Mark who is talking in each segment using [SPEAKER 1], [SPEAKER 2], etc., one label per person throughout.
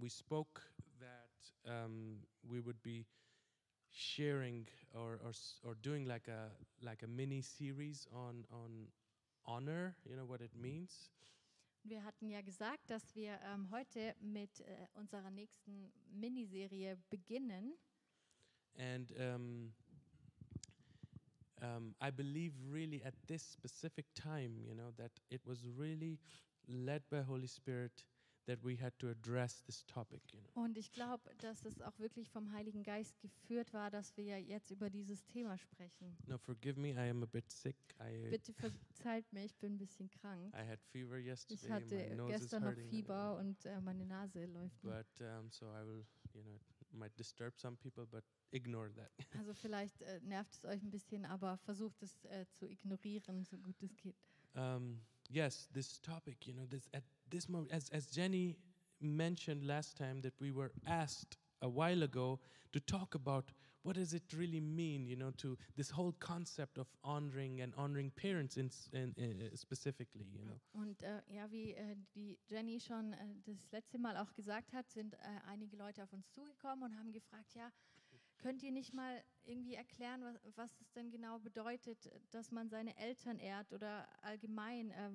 [SPEAKER 1] we spoke that um, we would be sharing or, or s- or doing like a like a mini series on on honor. You know what it means.
[SPEAKER 2] Wir hatten ja gesagt, dass wir ähm, heute mit äh, unserer nächsten Miniserie beginnen.
[SPEAKER 1] And um, um, I believe really at this specific time, you know, that it was really led by Holy Spirit that we had to address this topic. You know,
[SPEAKER 2] Und ich glaube, dass es auch wirklich vom Heiligen Geist geführt war, dass wir jetzt über dieses Thema sprechen.
[SPEAKER 1] now forgive me, I am a bit sick. I
[SPEAKER 2] Bitte verzeiht mir, ich bin ein bisschen krank.
[SPEAKER 1] I had fever yesterday.
[SPEAKER 2] Ich
[SPEAKER 1] my
[SPEAKER 2] hatte
[SPEAKER 1] nose is
[SPEAKER 2] gestern noch
[SPEAKER 1] hurting,
[SPEAKER 2] Fieber und äh, meine Nase läuft nicht.
[SPEAKER 1] But um, so I will, you know, it might disturb some people, but ignore that.
[SPEAKER 2] Also vielleicht äh, nervt es euch ein bisschen, aber versucht es äh, zu ignorieren, so gut es geht.
[SPEAKER 1] Um, yes, this topic, you know, this at this moment, as, as Jenny mentioned last time, that we were asked a while ago to talk about what does it really mean, you know, to this whole concept of honoring and honoring parents in, s- in, in uh, specifically, you know.
[SPEAKER 2] Und äh, ja, wie äh, die Jenny schon äh, das letzte Mal auch gesagt hat, sind äh, einige Leute auf uns zugekommen und haben gefragt, ja, könnt ihr nicht mal irgendwie erklären, was, was es denn genau bedeutet, dass man seine Eltern ehrt oder allgemein, äh,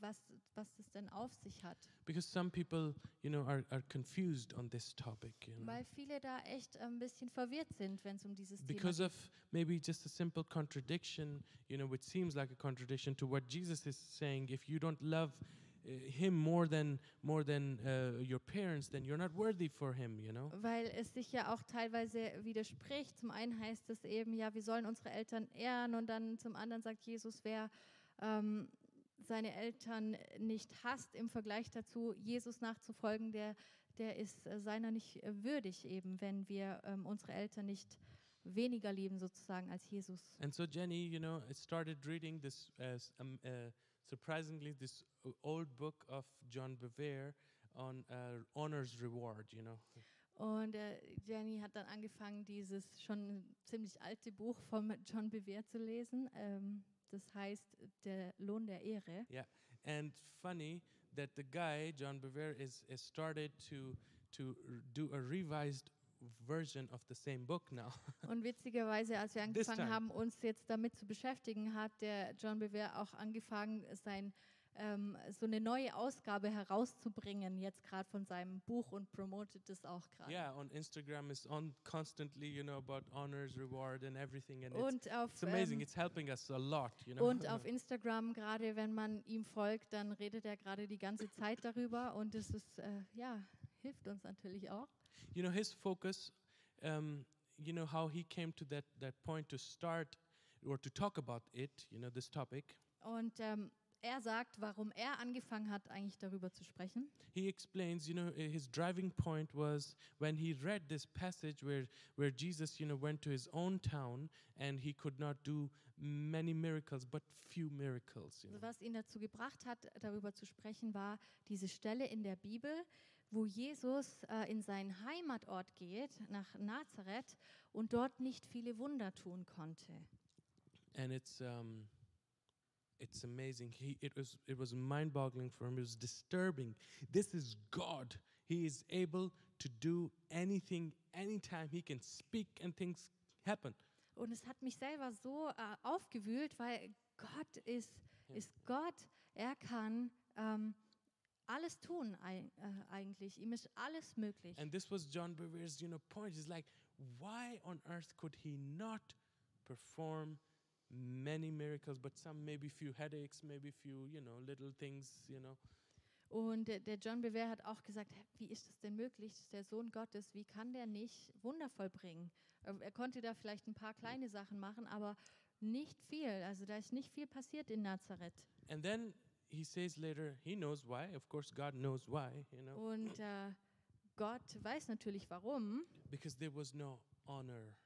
[SPEAKER 2] was, was das denn auf sich hat?
[SPEAKER 1] Because some people, you know, are, are confused on this topic, you know.
[SPEAKER 2] Weil viele da echt äh, ein bisschen verwirrt sind, wenn es um dieses Thema
[SPEAKER 1] because of maybe just a simple contradiction, you know, which seems like a contradiction to what Jesus is saying. If you don't love uh, him more than more than uh, your parents, then you're not worthy for him. You know.
[SPEAKER 2] Weil es sich ja auch teilweise widerspricht. Zum einen heißt es eben, ja, wir sollen unsere Eltern ehren und dann zum anderen sagt Jesus, wer ähm, seine Eltern nicht hasst im Vergleich dazu, Jesus nachzufolgen, der, der ist äh, seiner nicht äh, würdig eben, wenn wir ähm, unsere Eltern nicht weniger lieben sozusagen als Jesus.
[SPEAKER 1] And so Jenny, you know, I started reading this uh, s- um, uh, surprisingly this o- old book of John Bevere on uh, honors reward. You know.
[SPEAKER 2] Und äh, Jenny hat dann angefangen, dieses schon ziemlich alte Buch von John Bevere zu lesen. Ähm, das heißt, der Lohn der Ehre.
[SPEAKER 1] and funny that the guy John Bevere is, is started to to r- do a revised version of the same book now.
[SPEAKER 2] Und witzigerweise, als wir
[SPEAKER 1] This
[SPEAKER 2] angefangen
[SPEAKER 1] time.
[SPEAKER 2] haben, uns jetzt damit zu beschäftigen, hat der John Bevere auch angefangen, sein, ähm, so eine neue Ausgabe herauszubringen, jetzt gerade von seinem Buch und promotet es auch gerade.
[SPEAKER 1] yeah, on Instagram is on constantly, you know, about honors, reward, and everything, and it's,
[SPEAKER 2] Und auf,
[SPEAKER 1] it's amazing.
[SPEAKER 2] ähm,
[SPEAKER 1] it's helping us a lot, you know.
[SPEAKER 2] und auf Instagram, gerade wenn man ihm folgt, dann redet er gerade die ganze Zeit darüber und es ist, äh, ja, hilft uns natürlich auch.
[SPEAKER 1] you know his focus. Um, you know how he came to that that point to start or to talk about it. You know this topic.
[SPEAKER 2] Und ähm, er sagt, warum er angefangen hat, eigentlich darüber zu sprechen.
[SPEAKER 1] he explains you know i- his driving point was when he read this passage where where jesus you know went to his own town and he could not do many miracles but few miracles you know.
[SPEAKER 2] Also was ihn dazu gebracht hat, darüber zu sprechen, war diese Stelle in der Bibel, wo Jesus äh, in seinen Heimatort geht, nach Nazareth, und dort nicht viele Wunder tun konnte.
[SPEAKER 1] and it's um it's amazing he it was it was mind-boggling for him it was disturbing this is god he is able to do anything anytime he can speak and things happen
[SPEAKER 2] Und es hat mich selber so äh, aufgewühlt, weil Gott ist, ist Gott. Er kann ähm, alles tun ei- äh, eigentlich. Ihm ist alles möglich.
[SPEAKER 1] And this was John Bevere's, you know, point. He's like, why on earth could he not perform many miracles, but some maybe few headaches, maybe few, you know, little things, you know?
[SPEAKER 2] Und äh, der John Bevere hat auch gesagt, "Hä, wie ist es denn möglich, dass der Sohn Gottes, wie kann der nicht Wunder vollbringen? Äh, Er konnte da vielleicht ein paar kleine Sachen machen, aber nicht viel. Also da ist nicht viel passiert in Nazareth.
[SPEAKER 1] And then he says later, he knows why. Of course, God knows why, you know,
[SPEAKER 2] Und äh, Gott weiß natürlich warum,
[SPEAKER 1] because there was no honor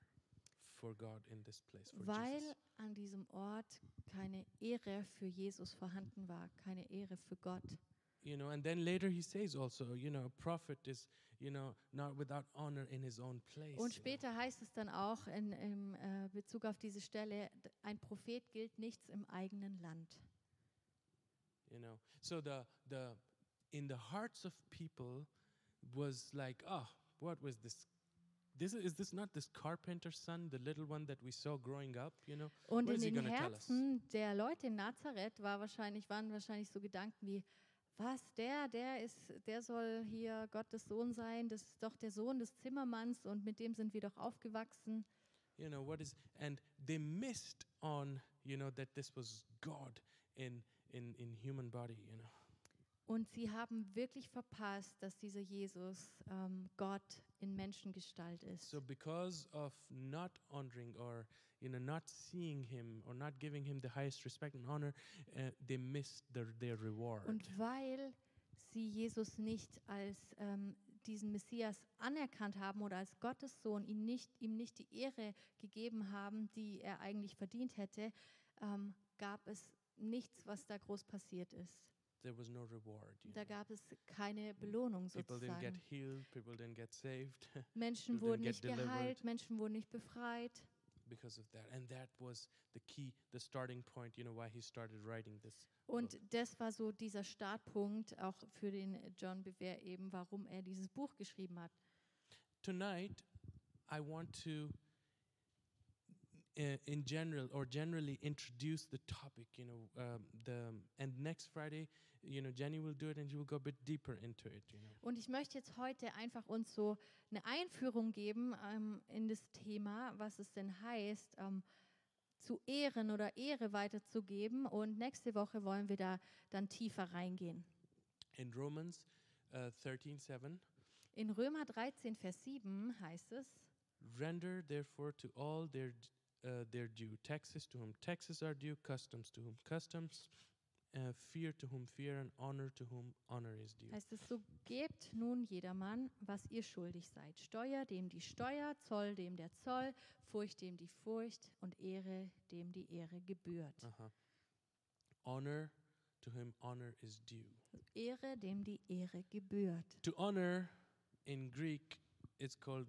[SPEAKER 1] for God in this place for
[SPEAKER 2] weil
[SPEAKER 1] Jesus.
[SPEAKER 2] an diesem Ort keine Ehre für Jesus vorhanden war, keine Ehre für Gott.
[SPEAKER 1] You know, and then later he says also, you know, a prophet is, you know, not without honor in his own place.
[SPEAKER 2] Und
[SPEAKER 1] you know.
[SPEAKER 2] später heißt es dann auch in, im äh, Bezug auf diese Stelle, d- ein Prophet gilt nichts im eigenen Land.
[SPEAKER 1] you know so the the in the hearts of people was like, oh, what was this? This is this not this carpenter's son, the little one that we saw growing up, you know?
[SPEAKER 2] Und
[SPEAKER 1] What is
[SPEAKER 2] in
[SPEAKER 1] he
[SPEAKER 2] den
[SPEAKER 1] gonna tell us?
[SPEAKER 2] Herzen der Leute in Nazareth war wahrscheinlich, waren wahrscheinlich so Gedanken wie, was, der, der ist, der soll hier Gottes Sohn sein, das ist doch der Sohn des Zimmermanns und mit dem sind wir doch aufgewachsen.
[SPEAKER 1] You know what is? And they missed on, you know, that this was God in in in human body, you know.
[SPEAKER 2] Und sie haben wirklich verpasst, dass dieser Jesus ähm, Gott in Menschengestalt ist.
[SPEAKER 1] So because of not honoring or you know not seeing him or not giving him the highest respect and honor, uh, they missed their their reward.
[SPEAKER 2] Und weil sie Jesus nicht als ähm, diesen Messias anerkannt haben oder als Gottes Sohn, ihn nicht, ihm nicht die Ehre gegeben haben, die er eigentlich verdient hätte, ähm, gab es nichts, was da groß passiert ist.
[SPEAKER 1] there was no reward. you
[SPEAKER 2] Da
[SPEAKER 1] know.
[SPEAKER 2] gab es keine Belohnung
[SPEAKER 1] People didn't get
[SPEAKER 2] sozusagen.
[SPEAKER 1] healed. People didn't get saved
[SPEAKER 2] Menschen
[SPEAKER 1] people
[SPEAKER 2] wurden
[SPEAKER 1] didn't
[SPEAKER 2] nicht
[SPEAKER 1] get delivered.
[SPEAKER 2] geheilt, Menschen wurden nicht befreit.
[SPEAKER 1] because of that. And that was the key, the starting point. You know why he started writing this.
[SPEAKER 2] Und das war so dieser Startpunkt auch für den äh, John Bevere eben, warum er dieses Buch geschrieben hat.
[SPEAKER 1] Tonight, I want to, uh, in general or generally, introduce the topic. You know, um, the and next Friday, you know, Jenny will do it, and she will go a bit deeper into it. You know.
[SPEAKER 2] Und ich möchte jetzt heute einfach uns so eine Einführung geben ähm, in das Thema, was es denn heißt, ähm, zu ehren oder Ehre weiterzugeben. Und nächste Woche wollen wir da dann tiefer reingehen.
[SPEAKER 1] In Romans uh, 13 7,
[SPEAKER 2] In Römer 13, Vers 7 heißt es,
[SPEAKER 1] render therefore to all their, d- uh, their due taxes to whom taxes are due, customs to whom customs, uh, fear to whom fear, and honor to whom honor is due.
[SPEAKER 2] heißt es so, gebt nun jedermann, was ihr schuldig seid. Steuer dem die Steuer, Zoll dem der Zoll, Furcht dem die Furcht und Ehre dem die Ehre gebührt.
[SPEAKER 1] Uh-huh. Honor to whom honor is due.
[SPEAKER 2] Ehre dem die Ehre gebührt.
[SPEAKER 1] To honor in Greek it's called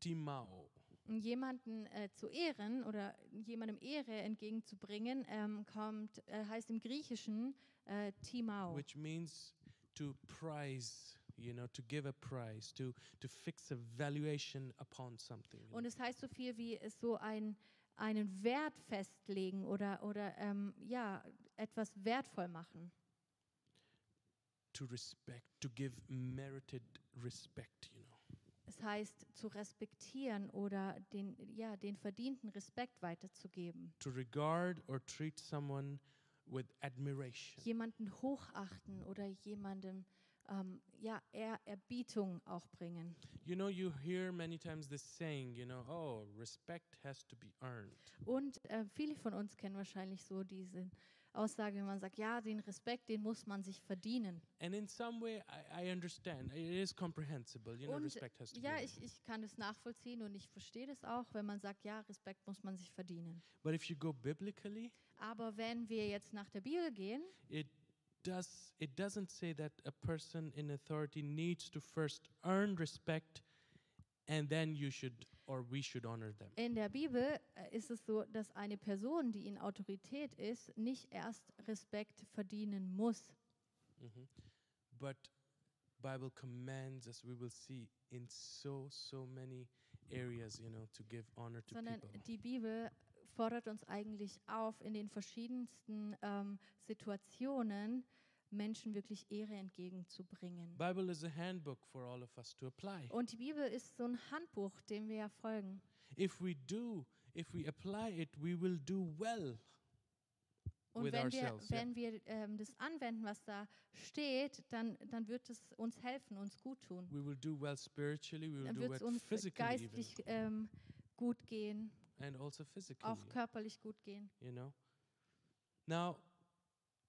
[SPEAKER 1] timao.
[SPEAKER 2] jemanden äh, zu ehren oder jemandem Ehre entgegenzubringen, ähm, kommt, äh, heißt im Griechischen äh, Timao.
[SPEAKER 1] which means to prize you know to give a prize to to fix a valuation upon something you know.
[SPEAKER 2] Und es heißt so viel wie es so ein, einen Wert festlegen oder, oder ähm, ja, etwas wertvoll machen.
[SPEAKER 1] to respect to give merited respect you know
[SPEAKER 2] Es heißt zu respektieren oder den, ja, den verdienten Respekt weiterzugeben.
[SPEAKER 1] to regard or treat someone with admiration
[SPEAKER 2] Jemanden hochachten oder jemandem ähm, ja, Ehrerbietung auch bringen.
[SPEAKER 1] you know you hear many times this saying you know oh respect has to be earned
[SPEAKER 2] Und äh, viele von uns kennen wahrscheinlich so diese Aussage, wenn man sagt, ja, den Respekt, den muss man sich verdienen.
[SPEAKER 1] and in some way i, I understand it is comprehensible you know
[SPEAKER 2] Und
[SPEAKER 1] respect has to be
[SPEAKER 2] ja,
[SPEAKER 1] earned.
[SPEAKER 2] ich, ich kann es nachvollziehen und ich verstehe das auch, wenn man sagt, ja, Respekt muss man sich verdienen.
[SPEAKER 1] but if you go biblically
[SPEAKER 2] Aber wenn wir jetzt nach der Bibel gehen,
[SPEAKER 1] it does it doesn't say that a person in authority needs to first earn respect and then you should or we should honor them
[SPEAKER 2] in der Bibel äh, ist es so, dass eine Person, die in Autorität ist, nicht erst Respekt verdienen muss.
[SPEAKER 1] Mm-hmm. but bible commands as we will see in so so many areas you know to give honor to
[SPEAKER 2] sondern
[SPEAKER 1] people
[SPEAKER 2] die Bibel fordert uns eigentlich auf, in den verschiedensten ähm, Situationen Menschen wirklich Ehre entgegenzubringen.
[SPEAKER 1] bible is a handbook for all of us to apply
[SPEAKER 2] Und die Bibel ist so ein Handbuch, dem wir ja folgen.
[SPEAKER 1] if we do if we apply it we will do well
[SPEAKER 2] Und
[SPEAKER 1] With
[SPEAKER 2] wenn wir,
[SPEAKER 1] ourselves, ja.
[SPEAKER 2] wenn wir ähm, das anwenden, was da steht, dann, dann wird es uns helfen, uns gut tun.
[SPEAKER 1] we will do well spiritually we will
[SPEAKER 2] Dann
[SPEAKER 1] do
[SPEAKER 2] wird es
[SPEAKER 1] well
[SPEAKER 2] uns
[SPEAKER 1] physically even,
[SPEAKER 2] geistlich ähm, gut gehen,
[SPEAKER 1] and also physically
[SPEAKER 2] auch körperlich gut gehen.
[SPEAKER 1] you know now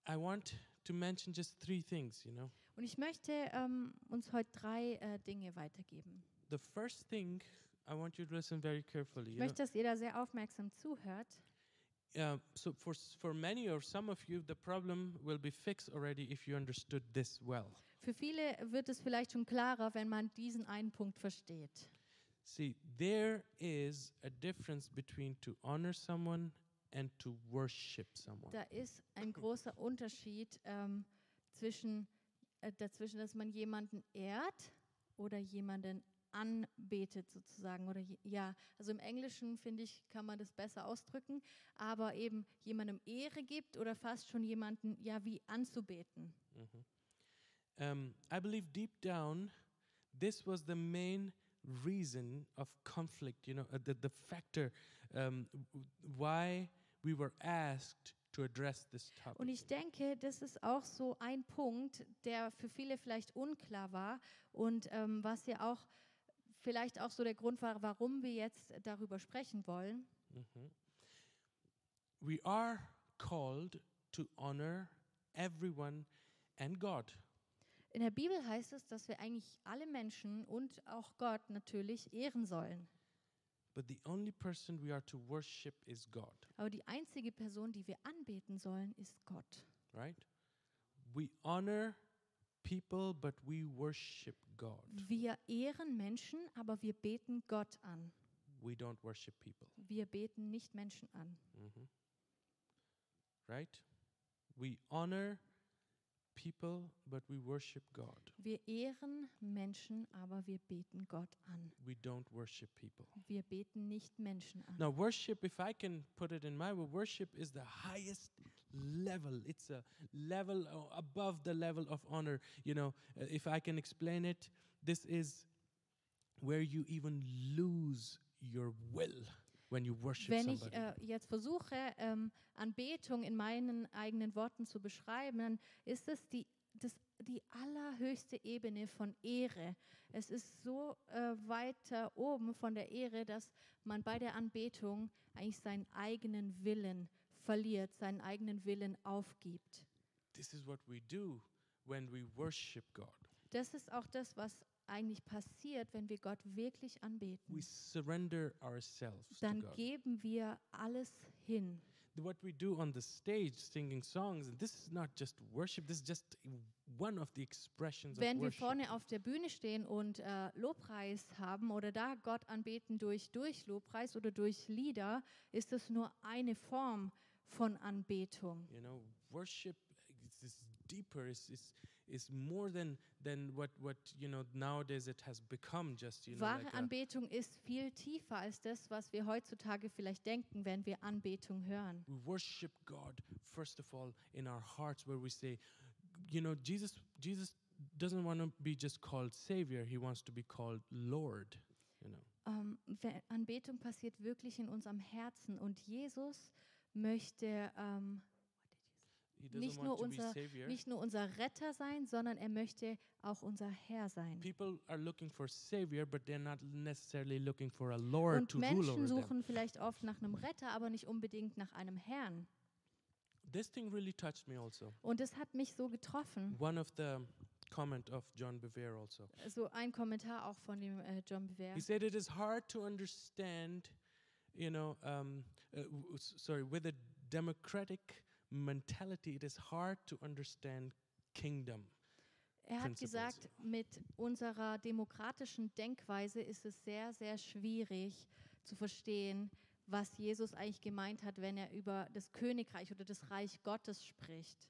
[SPEAKER 1] i want to mention just three things you know
[SPEAKER 2] Und ich möchte ähm, uns heute drei äh, Dinge weitergeben.
[SPEAKER 1] the first thing i want you to listen very carefully
[SPEAKER 2] Ich
[SPEAKER 1] you know.
[SPEAKER 2] möchte, dass ihr da sehr aufmerksam zuhört.
[SPEAKER 1] Uh, so for s- for many or some of you the problem will be fixed already if you understood this well
[SPEAKER 2] Für viele wird es vielleicht schon klarer, wenn man diesen einen Punkt versteht.
[SPEAKER 1] see there is a difference between to honor someone and to worship someone
[SPEAKER 2] Da ist ein großer Unterschied ähm, zwischen, äh, dazwischen, dass man jemanden ehrt oder jemanden anbetet sozusagen oder je, ja, also im Englischen finde ich, kann man das besser ausdrücken, aber eben jemandem Ehre gibt oder fast schon jemanden ja wie anzubeten.
[SPEAKER 1] Um, I believe deep down, this was the main reason of conflict, you know, uh, the, the factor um, w- why we were asked to address this
[SPEAKER 2] Und
[SPEAKER 1] topic.
[SPEAKER 2] ich denke, das ist auch so ein Punkt, der für viele vielleicht unklar war und ähm, was ja auch vielleicht auch so der Grund war, warum wir jetzt darüber sprechen wollen.
[SPEAKER 1] Mm-hmm. We are called to honor everyone and God.
[SPEAKER 2] In der Bibel heißt es, dass wir eigentlich alle Menschen und auch Gott natürlich ehren sollen.
[SPEAKER 1] But the only person we are to worship is God,
[SPEAKER 2] Aber die einzige Person, die wir anbeten sollen, ist Gott.
[SPEAKER 1] right? We honor people, but we worship God.
[SPEAKER 2] Wir ehren Menschen, aber wir beten Gott an.
[SPEAKER 1] We don't worship people,
[SPEAKER 2] Wir beten nicht Menschen an.
[SPEAKER 1] Mm-hmm. right? We honor people, but we worship God.
[SPEAKER 2] Wir ehren Menschen, aber wir beten Gott an.
[SPEAKER 1] We don't worship people.
[SPEAKER 2] Wir beten nicht Menschen an.
[SPEAKER 1] Now, worship, if I can put it in my way, worship is the highest level. It's a level o- above the level of honor. You know, uh, if I can explain it, this is where you even lose your will when you worship
[SPEAKER 2] Wenn ich
[SPEAKER 1] somebody.
[SPEAKER 2] äh, jetzt versuche, ähm, Anbetung in meinen eigenen Worten zu beschreiben, dann ist es die, das, die allerhöchste Ebene von Ehre. Es ist so äh, weiter oben von der Ehre, dass man bei der Anbetung eigentlich seinen eigenen Willen verliert, seinen eigenen Willen aufgibt.
[SPEAKER 1] this is what we do when we worship God.
[SPEAKER 2] Das ist auch das, was eigentlich passiert, wenn wir Gott wirklich
[SPEAKER 1] We
[SPEAKER 2] anbeten.
[SPEAKER 1] surrender ourselves to
[SPEAKER 2] Dann
[SPEAKER 1] God.
[SPEAKER 2] geben wir alles hin.
[SPEAKER 1] th- what we do on the stage singing songs and this is not just worship this is just one of the expressions
[SPEAKER 2] Wenn
[SPEAKER 1] of
[SPEAKER 2] wir
[SPEAKER 1] worship
[SPEAKER 2] vorne auf der Bühne stehen und äh, Lobpreis haben oder da Gott anbeten durch, durch Lobpreis oder durch Lieder, ist es nur eine Form von Anbetung.
[SPEAKER 1] you know worship is, is deeper is, is is more than than what what you know nowadays it has become just you know
[SPEAKER 2] Wahre
[SPEAKER 1] like uh, a-
[SPEAKER 2] Anbetung ist viel tiefer als das, was wir heutzutage vielleicht denken, wenn wir Anbetung hören.
[SPEAKER 1] we worship god first of all in our hearts where we say you know jesus jesus doesn't want to be just called savior he wants to be called lord you know
[SPEAKER 2] Ähm, we- Anbetung passiert wirklich in unserem Herzen und Jesus möchte ähm,
[SPEAKER 1] he doesn't
[SPEAKER 2] nicht,
[SPEAKER 1] want
[SPEAKER 2] nur
[SPEAKER 1] to
[SPEAKER 2] unser,
[SPEAKER 1] be savior
[SPEAKER 2] nicht nur unser Retter sein, sondern er möchte auch unser Herr sein.
[SPEAKER 1] People are looking for savior, but they're not necessarily looking for a lord
[SPEAKER 2] Und
[SPEAKER 1] to rule
[SPEAKER 2] Menschen
[SPEAKER 1] over them.
[SPEAKER 2] suchen vielleicht oft nach einem Retter, aber nicht unbedingt nach einem Herrn.
[SPEAKER 1] This thing really touched me also.
[SPEAKER 2] Und das hat mich so getroffen.
[SPEAKER 1] One of the comment of John Bevere also.
[SPEAKER 2] So ein Kommentar auch von dem äh, John Bever.
[SPEAKER 1] He said it is hard to understand, you know, um, uh, w- s- sorry, with a democratic mentality, it is hard to understand kingdom.
[SPEAKER 2] Er hat
[SPEAKER 1] Principles.
[SPEAKER 2] gesagt, mit unserer demokratischen Denkweise ist es sehr, sehr schwierig zu verstehen, was Jesus eigentlich gemeint hat, wenn er über das Königreich oder das Reich Gottes spricht.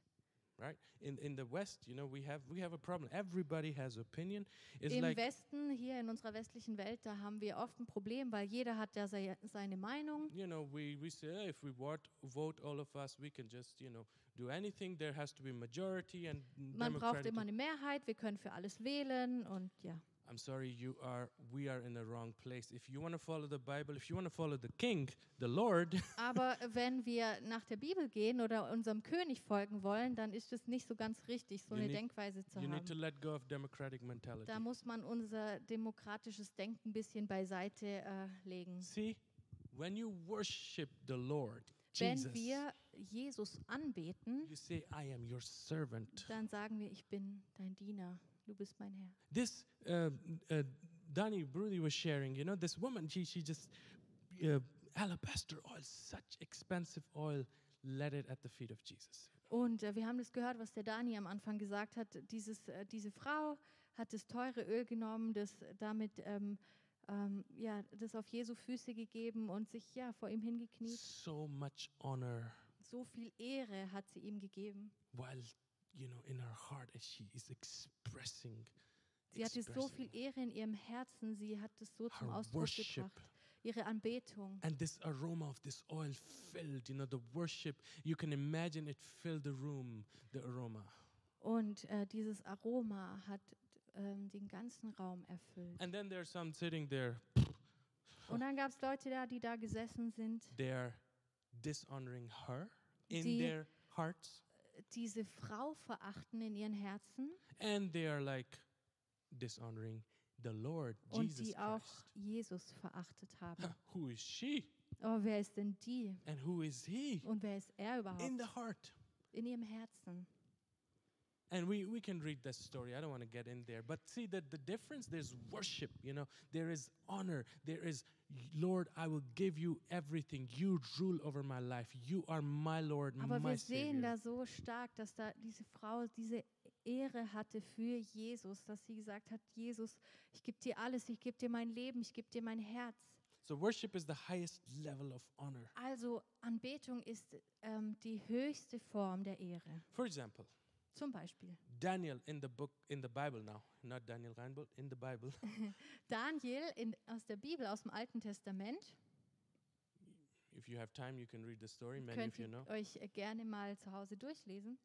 [SPEAKER 1] Right in in the West, you know, we have we have a problem. Everybody has opinion. It's
[SPEAKER 2] Im
[SPEAKER 1] like
[SPEAKER 2] Westen, hier in unserer westlichen Welt, da haben wir oft ein Problem, weil jeder hat ja sei- seine Meinung.
[SPEAKER 1] you know, we, we say "Oh, if we vote, vote all of us, we can just, you know, do anything. There has to be majority and
[SPEAKER 2] Man braucht
[SPEAKER 1] democratic.
[SPEAKER 2] immer eine Mehrheit, wir können für alles wählen und ja.
[SPEAKER 1] I'm sorry, you are, we are in the wrong place. If you want to follow the Bible, if you want to follow the King, the Lord,
[SPEAKER 2] Aber wenn wir nach der Bibel gehen oder unserem König folgen wollen, dann ist es nicht so ganz richtig, so
[SPEAKER 1] You
[SPEAKER 2] eine
[SPEAKER 1] need-
[SPEAKER 2] Denkweise zu
[SPEAKER 1] you need to
[SPEAKER 2] haben.
[SPEAKER 1] let go of democratic mentality.
[SPEAKER 2] Da muss man unser demokratisches Denken ein bisschen beiseite äh, legen.
[SPEAKER 1] See, when you worship the Lord, Jesus,
[SPEAKER 2] Wenn wir Jesus anbeten,
[SPEAKER 1] you say, I am your servant.
[SPEAKER 2] dann sagen wir, ich bin dein Diener, du bist mein Herr.
[SPEAKER 1] This, uh, uh, Donnie Brody was sharing, you know, this woman, she, she just, uh, alabaster oil, such expensive oil, let it at the feet of Jesus.
[SPEAKER 2] Und äh, wir haben das gehört, was der Dani am Anfang gesagt hat. Dieses, äh, diese Frau hat das teure Öl genommen, das damit ähm, ähm, ja, das auf Jesu Füße gegeben und sich ja vor ihm hingekniet.
[SPEAKER 1] So much honor
[SPEAKER 2] So viel Ehre hat sie ihm gegeben.
[SPEAKER 1] while, you know, in her heart as she is expressing
[SPEAKER 2] Sie hatte so viel Ehre in ihrem Herzen, sie hat es so zum
[SPEAKER 1] her
[SPEAKER 2] Ausdruck
[SPEAKER 1] worship.
[SPEAKER 2] gebracht. Ihre Anbetung.
[SPEAKER 1] And this aroma of this oil filled, you know, the worship, you can imagine it filled the room, the aroma.
[SPEAKER 2] Und äh, dieses Aroma hat ähm, den ganzen Raum erfüllt.
[SPEAKER 1] And then there's some sitting there,
[SPEAKER 2] Und dann gab es Leute da, die da gesessen sind,
[SPEAKER 1] they're dishonoring her in
[SPEAKER 2] Die-
[SPEAKER 1] their hearts.
[SPEAKER 2] diese Frau verachten in ihren Herzen
[SPEAKER 1] And they are like dishonoring the Lord
[SPEAKER 2] und
[SPEAKER 1] Jesus
[SPEAKER 2] die auch
[SPEAKER 1] Christ.
[SPEAKER 2] Jesus verachtet haben.
[SPEAKER 1] Huh, Who is she?
[SPEAKER 2] Aber wer ist denn die?
[SPEAKER 1] And who is he?
[SPEAKER 2] Und wer ist er
[SPEAKER 1] In
[SPEAKER 2] überhaupt?
[SPEAKER 1] the heart.
[SPEAKER 2] In ihrem Herzen.
[SPEAKER 1] And we, we can read that story. I don't want to get in there. But see that the difference there's worship, you know, there is honor. There is, Lord, I will give you everything. You rule over my life. You are my Lord,
[SPEAKER 2] Aber
[SPEAKER 1] my
[SPEAKER 2] wir sehen
[SPEAKER 1] Savior.
[SPEAKER 2] da so stark, dass da diese Frau diese Ehre hatte für Jesus, dass sie gesagt hat, Jesus, ich gebe dir alles, ich gebe dir mein Leben, ich gebe dir mein Herz.
[SPEAKER 1] So worship is the highest level of honor.
[SPEAKER 2] Also Anbetung ist ähm, die höchste Form der Ehre.
[SPEAKER 1] For example,
[SPEAKER 2] Zum Beispiel
[SPEAKER 1] Daniel in the book in the Bible now, not Daniel Reinbold, in the Bible.
[SPEAKER 2] Daniel in, aus der Bibel, aus dem Alten Testament.
[SPEAKER 1] if you have time, you can read the story. Many
[SPEAKER 2] Könnt
[SPEAKER 1] of you
[SPEAKER 2] ihr
[SPEAKER 1] know.
[SPEAKER 2] euch äh, gerne mal zu Hause durchlesen.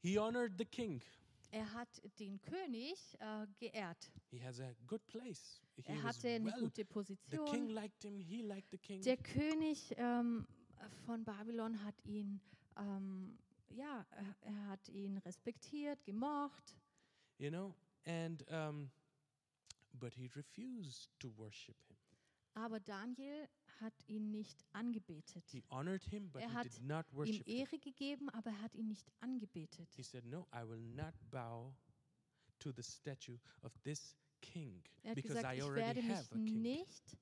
[SPEAKER 1] He honored the king.
[SPEAKER 2] Er hat den König äh, geehrt.
[SPEAKER 1] He has a good place. He
[SPEAKER 2] Er
[SPEAKER 1] was
[SPEAKER 2] hatte eine
[SPEAKER 1] well.
[SPEAKER 2] gute
[SPEAKER 1] The king
[SPEAKER 2] Position.
[SPEAKER 1] liked him. He liked the king.
[SPEAKER 2] Der König ähm, von Babylon hat ihn, ähm, ja, er- er hat ihn respektiert, gemocht.
[SPEAKER 1] You know, and um, but he refused to worship him.
[SPEAKER 2] Aber Daniel hat ihn nicht angebetet.
[SPEAKER 1] He honored him, but
[SPEAKER 2] Er
[SPEAKER 1] he
[SPEAKER 2] hat
[SPEAKER 1] did not
[SPEAKER 2] ihm
[SPEAKER 1] worship him.
[SPEAKER 2] Ehre gegeben, aber er hat ihn nicht angebetet.
[SPEAKER 1] He said, "No, I will not bow to the statue of this king
[SPEAKER 2] Er hat
[SPEAKER 1] because
[SPEAKER 2] gesagt,
[SPEAKER 1] I
[SPEAKER 2] ich
[SPEAKER 1] already
[SPEAKER 2] werde
[SPEAKER 1] have
[SPEAKER 2] mich
[SPEAKER 1] a king."
[SPEAKER 2] nicht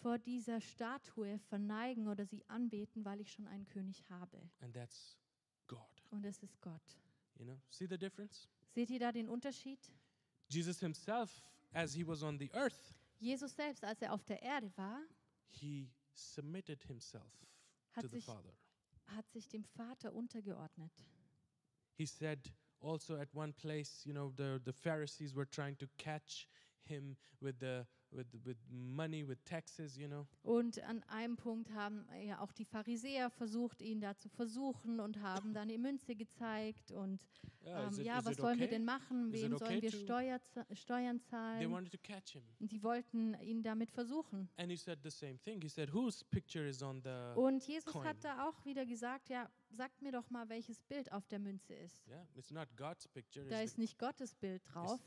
[SPEAKER 2] vor dieser Statue verneigen oder sie anbeten, weil ich schon einen König habe.
[SPEAKER 1] And that's God.
[SPEAKER 2] Und es ist Gott.
[SPEAKER 1] You know, see the difference?
[SPEAKER 2] Seht ihr da den Unterschied?
[SPEAKER 1] Jesus himself, as he was on the earth,
[SPEAKER 2] Jesus selbst, als er auf der Erde war,
[SPEAKER 1] he submitted himself
[SPEAKER 2] Hat
[SPEAKER 1] to the
[SPEAKER 2] sich-
[SPEAKER 1] Father.
[SPEAKER 2] hat sich dem Vater untergeordnet.
[SPEAKER 1] He said also at one place, you know, the, the Pharisees were trying to catch him with the with with money, with taxes, you know.
[SPEAKER 2] Und an einem Punkt haben ja auch die Pharisäer versucht, ihn da zu versuchen und haben dann die Münze gezeigt und
[SPEAKER 1] Yeah,
[SPEAKER 2] ähm,
[SPEAKER 1] is it-
[SPEAKER 2] ja,
[SPEAKER 1] is
[SPEAKER 2] was
[SPEAKER 1] it
[SPEAKER 2] sollen wir
[SPEAKER 1] okay?
[SPEAKER 2] denn machen?
[SPEAKER 1] Is it
[SPEAKER 2] Wem
[SPEAKER 1] okay
[SPEAKER 2] sollen wir
[SPEAKER 1] to-
[SPEAKER 2] Steuer, Steuern
[SPEAKER 1] They
[SPEAKER 2] zahlen?
[SPEAKER 1] wanted to catch him.
[SPEAKER 2] Und die wollten ihn damit versuchen.
[SPEAKER 1] And he said the same thing. He said, Whose picture is on the
[SPEAKER 2] Und Jesus
[SPEAKER 1] coin.
[SPEAKER 2] hat da auch wieder gesagt, ja, sagt mir doch mal, welches Bild auf der Münze ist.
[SPEAKER 1] Yeah, it's not God's picture,
[SPEAKER 2] Da
[SPEAKER 1] it's
[SPEAKER 2] ist
[SPEAKER 1] the,
[SPEAKER 2] nicht Gottes Bild drauf,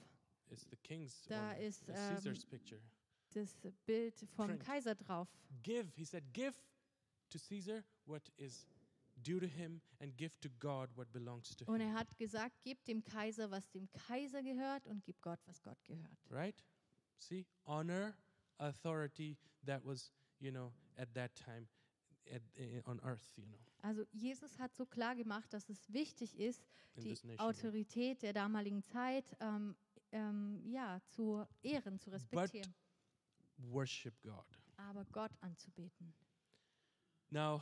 [SPEAKER 1] it's the king's
[SPEAKER 2] da
[SPEAKER 1] one,
[SPEAKER 2] ist,
[SPEAKER 1] the Caesar's
[SPEAKER 2] ähm,
[SPEAKER 1] picture.
[SPEAKER 2] das Bild vom
[SPEAKER 1] Print.
[SPEAKER 2] Kaiser drauf.
[SPEAKER 1] Give, he said, give to Caesar what is due to him and give to God what belongs to
[SPEAKER 2] Und
[SPEAKER 1] him.
[SPEAKER 2] er hat gesagt, gib dem Kaiser, was dem Kaiser gehört und gib Gott, was Gott gehört.
[SPEAKER 1] right? See, honor authority that was, you know, at that time at, i- on earth, you know,
[SPEAKER 2] Also Jesus hat so klar gemacht, dass es wichtig ist,
[SPEAKER 1] in
[SPEAKER 2] die
[SPEAKER 1] this nation.
[SPEAKER 2] Autorität der damaligen Zeit ähm, ähm, ja, zu ehren, zu respektieren,
[SPEAKER 1] Worship God.
[SPEAKER 2] aber Gott anzubeten.
[SPEAKER 1] Now,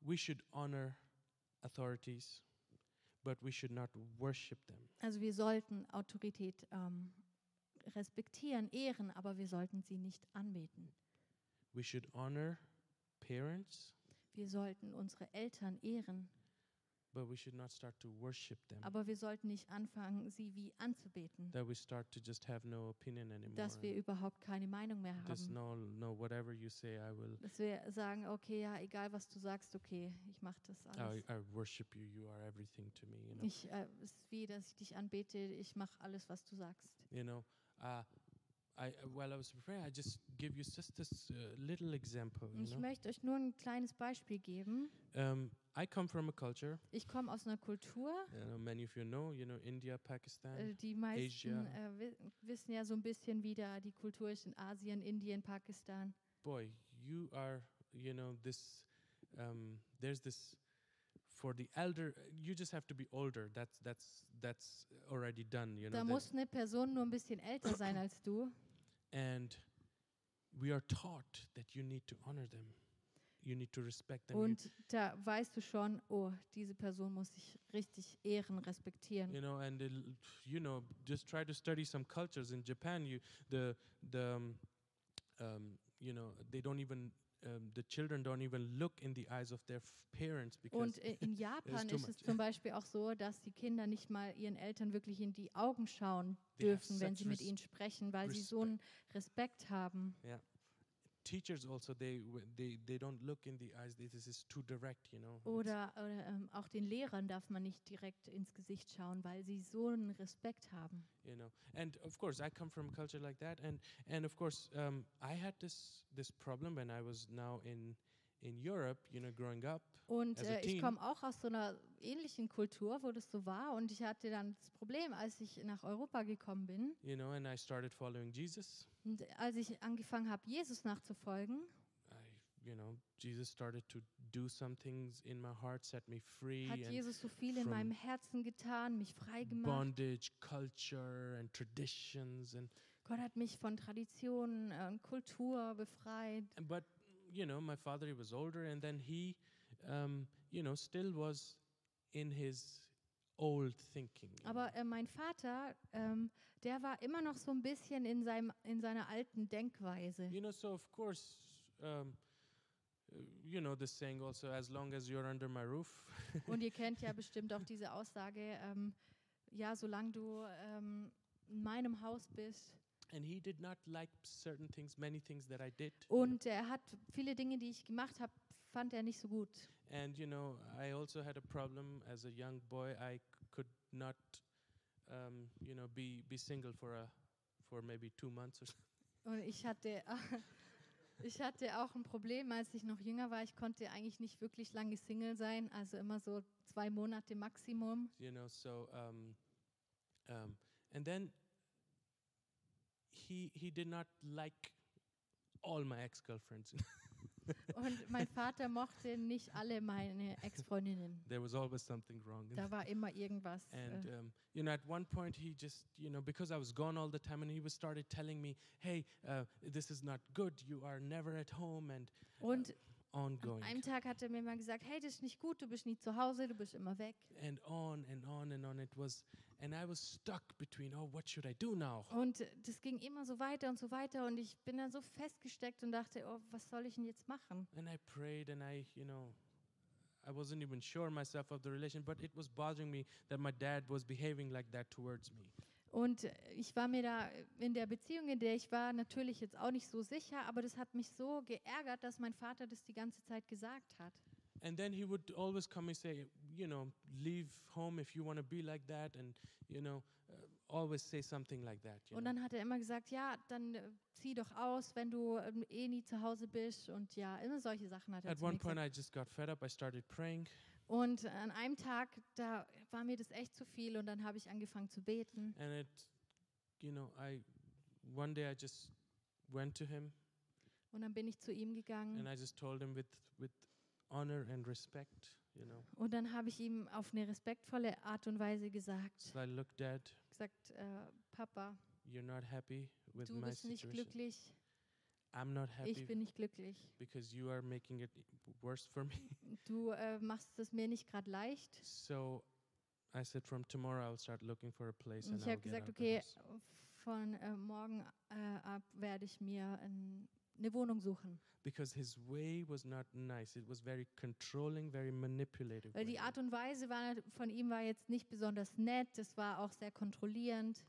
[SPEAKER 1] we should honor authorities, but we should not worship them.
[SPEAKER 2] Also wir sollten Autorität ähm, respektieren, ehren, aber wir sollten sie nicht anbeten.
[SPEAKER 1] We should honor parents,
[SPEAKER 2] Wir sollten unsere Eltern ehren,
[SPEAKER 1] but we should not start to worship them.
[SPEAKER 2] aber wir sollten nicht anfangen, sie wie anzubeten,
[SPEAKER 1] That we start to just have no opinion anymore.
[SPEAKER 2] dass wir überhaupt keine Meinung mehr
[SPEAKER 1] Just
[SPEAKER 2] haben.
[SPEAKER 1] no, no, whatever you say, I will.
[SPEAKER 2] Dass wir sagen, okay, ja, egal was du sagst, okay, ich mache das alles.
[SPEAKER 1] I, I worship you. You are everything to me. You know.
[SPEAKER 2] Ich, äh, es ist wie, dass ich dich anbete, ich mache alles, was du sagst.
[SPEAKER 1] you know uh, I, uh, while i was preparing i just give you just this uh, little example
[SPEAKER 2] Und
[SPEAKER 1] you
[SPEAKER 2] ich
[SPEAKER 1] know?
[SPEAKER 2] möchte euch nur ein kleines Beispiel geben.
[SPEAKER 1] um, i come from a culture
[SPEAKER 2] Ich komme aus einer Kultur,
[SPEAKER 1] you know, many of you know you know india pakistan
[SPEAKER 2] äh, die meisten
[SPEAKER 1] Asia.
[SPEAKER 2] äh, wi wissen ja so ein bisschen, wie da die Kultur ist in Asien, Indien, Pakistan.
[SPEAKER 1] boy you are you know this um, there's this for the elder you just have to be older that's that's that's already done you know
[SPEAKER 2] Da
[SPEAKER 1] that-
[SPEAKER 2] muss eine Person nur ein bisschen älter sein als du.
[SPEAKER 1] and we are taught that you need to honor them you need to respect them. You-
[SPEAKER 2] Und da weißt du schon, oh, diese Person muss ich richtig ehren, respektieren.
[SPEAKER 1] you know and it, you know just try to study some cultures in japan you the the um, um, you know they don't even um, the children don't even look in the eyes of their f- parents because
[SPEAKER 2] Und i- in Japan
[SPEAKER 1] too
[SPEAKER 2] ist es
[SPEAKER 1] much.
[SPEAKER 2] zum Beispiel auch so, dass die Kinder nicht mal ihren Eltern wirklich in die Augen schauen
[SPEAKER 1] They have
[SPEAKER 2] dürfen, wenn
[SPEAKER 1] such
[SPEAKER 2] sie mit
[SPEAKER 1] res-
[SPEAKER 2] ihnen sprechen, weil sie so einen Respekt haben.
[SPEAKER 1] teachers also they w- they they don't look in the eyes they, this is too direct you know It's-
[SPEAKER 2] Oder, oder ähm, auch den Lehrern darf man nicht direkt ins Gesicht schauen, weil sie so einen Respekt haben.
[SPEAKER 1] you know and of course i come from a culture like that and and of course um, i had this this problem when i was now in in europe you know growing up
[SPEAKER 2] Und
[SPEAKER 1] As a
[SPEAKER 2] äh, ich
[SPEAKER 1] teen-
[SPEAKER 2] komme auch aus so einer ähnlichen Kultur, wo das so war. Und ich hatte dann das Problem, als ich nach Europa gekommen bin
[SPEAKER 1] you know and i started following jesus
[SPEAKER 2] und äh, als ich angefangen habe, Jesus nachzufolgen,
[SPEAKER 1] I, you know, Jesus started to do some things in my heart, set me free,
[SPEAKER 2] hat
[SPEAKER 1] and
[SPEAKER 2] Jesus so viel in
[SPEAKER 1] from
[SPEAKER 2] meinem Herzen getan, mich frei gemacht.
[SPEAKER 1] bondage, culture, and traditions, and
[SPEAKER 2] Gott hat mich von Traditionen äh, und Kultur befreit.
[SPEAKER 1] and- but you know, my father he was older, and then he, um, you know, still was in his old thinking. you know.
[SPEAKER 2] Aber äh, mein Vater, ähm, der war immer noch so ein bisschen in, seinem, in seiner alten Denkweise.
[SPEAKER 1] you know, so of course. Um, uh, you know the saying also as long as you're under my roof
[SPEAKER 2] Und ihr kennt ja bestimmt auch diese Aussage, ähm, ja, solange du ähm, in meinem Haus bist.
[SPEAKER 1] and he did not like certain things many things that i did you know.
[SPEAKER 2] Und er hat viele Dinge, die ich gemacht habe, fand er nicht so gut.
[SPEAKER 1] And you know, I also had a problem as a young boy. I c- could not, um, you know, be be single for a for maybe two months or so.
[SPEAKER 2] Und ich hatte, ich hatte auch ein Problem, als ich noch jünger war. Ich konnte eigentlich nicht wirklich lange Single sein, also immer so zwei Monate Maximum.
[SPEAKER 1] You know, so um, um, and then he he did not like all my ex girlfriends.
[SPEAKER 2] Und mein Vater mochte nicht alle meine Ex-Freundinnen.
[SPEAKER 1] there was always something wrong.
[SPEAKER 2] Da war immer irgendwas. äh,
[SPEAKER 1] And um, you know, at one point he just, you know, because I was gone all the time, and he was started telling me, "Hey, uh, this is not good. You are never at home," and
[SPEAKER 2] Und an
[SPEAKER 1] ongoing.
[SPEAKER 2] einem Tag hat er mir mal gesagt, hey, das ist nicht gut, du bist nie zu Hause, du bist immer weg.
[SPEAKER 1] and on and on and on it was and i was stuck between oh what should i do now
[SPEAKER 2] Und äh, das ging immer so weiter und so weiter und ich bin dann so festgesteckt und dachte, oh, was soll ich denn jetzt machen?
[SPEAKER 1] and i prayed and i you know i wasn't even sure myself of the relation but it was bothering me that my dad was behaving like that towards me
[SPEAKER 2] Und äh, ich war mir da äh, in der Beziehung, in der ich war, natürlich jetzt auch nicht so sicher, aber das hat mich so geärgert, dass mein Vater das die ganze Zeit gesagt hat.
[SPEAKER 1] and then he would always come and say you know leave home if you want to be like that and you know uh, always say something like that you
[SPEAKER 2] Und
[SPEAKER 1] know.
[SPEAKER 2] dann hat er immer gesagt, ja, dann äh, zieh doch aus, wenn du ähm, eh nie zu Hause bist und ja, immer solche Sachen hat er
[SPEAKER 1] at
[SPEAKER 2] zu mir
[SPEAKER 1] one
[SPEAKER 2] gesagt.
[SPEAKER 1] point i just got fed up i started praying
[SPEAKER 2] Und an einem Tag, da war mir das echt zu viel und dann habe ich angefangen zu beten.
[SPEAKER 1] and it you know i one day i just went to him
[SPEAKER 2] Und dann bin ich zu ihm
[SPEAKER 1] and
[SPEAKER 2] gegangen
[SPEAKER 1] I just told him with with honor and respect, you know.
[SPEAKER 2] und dann habe ich ihm auf eine respektvolle Art und Weise gesagt,
[SPEAKER 1] So I look, Dad,
[SPEAKER 2] gesagt, äh, Papa,
[SPEAKER 1] you're not happy with
[SPEAKER 2] du
[SPEAKER 1] my
[SPEAKER 2] bist nicht
[SPEAKER 1] situation.
[SPEAKER 2] glücklich,
[SPEAKER 1] I'm not
[SPEAKER 2] ich
[SPEAKER 1] happy
[SPEAKER 2] bin nicht glücklich.
[SPEAKER 1] because you are making it worse for me.
[SPEAKER 2] Du äh, machst es mir nicht gerade leicht.
[SPEAKER 1] so I said, from tomorrow I'll start looking for a place
[SPEAKER 2] Und
[SPEAKER 1] and
[SPEAKER 2] ich
[SPEAKER 1] I'll
[SPEAKER 2] habe
[SPEAKER 1] get out
[SPEAKER 2] gesagt,
[SPEAKER 1] of the
[SPEAKER 2] okay,
[SPEAKER 1] house."
[SPEAKER 2] von äh, morgen äh, ab werde ich mir ein, eine Wohnung suchen.
[SPEAKER 1] because his way was not nice. It was very controlling, very manipulative.
[SPEAKER 2] Weil
[SPEAKER 1] way,
[SPEAKER 2] die
[SPEAKER 1] you know.
[SPEAKER 2] Art und Weise war, von ihm war jetzt nicht besonders nett, es war auch sehr kontrollierend.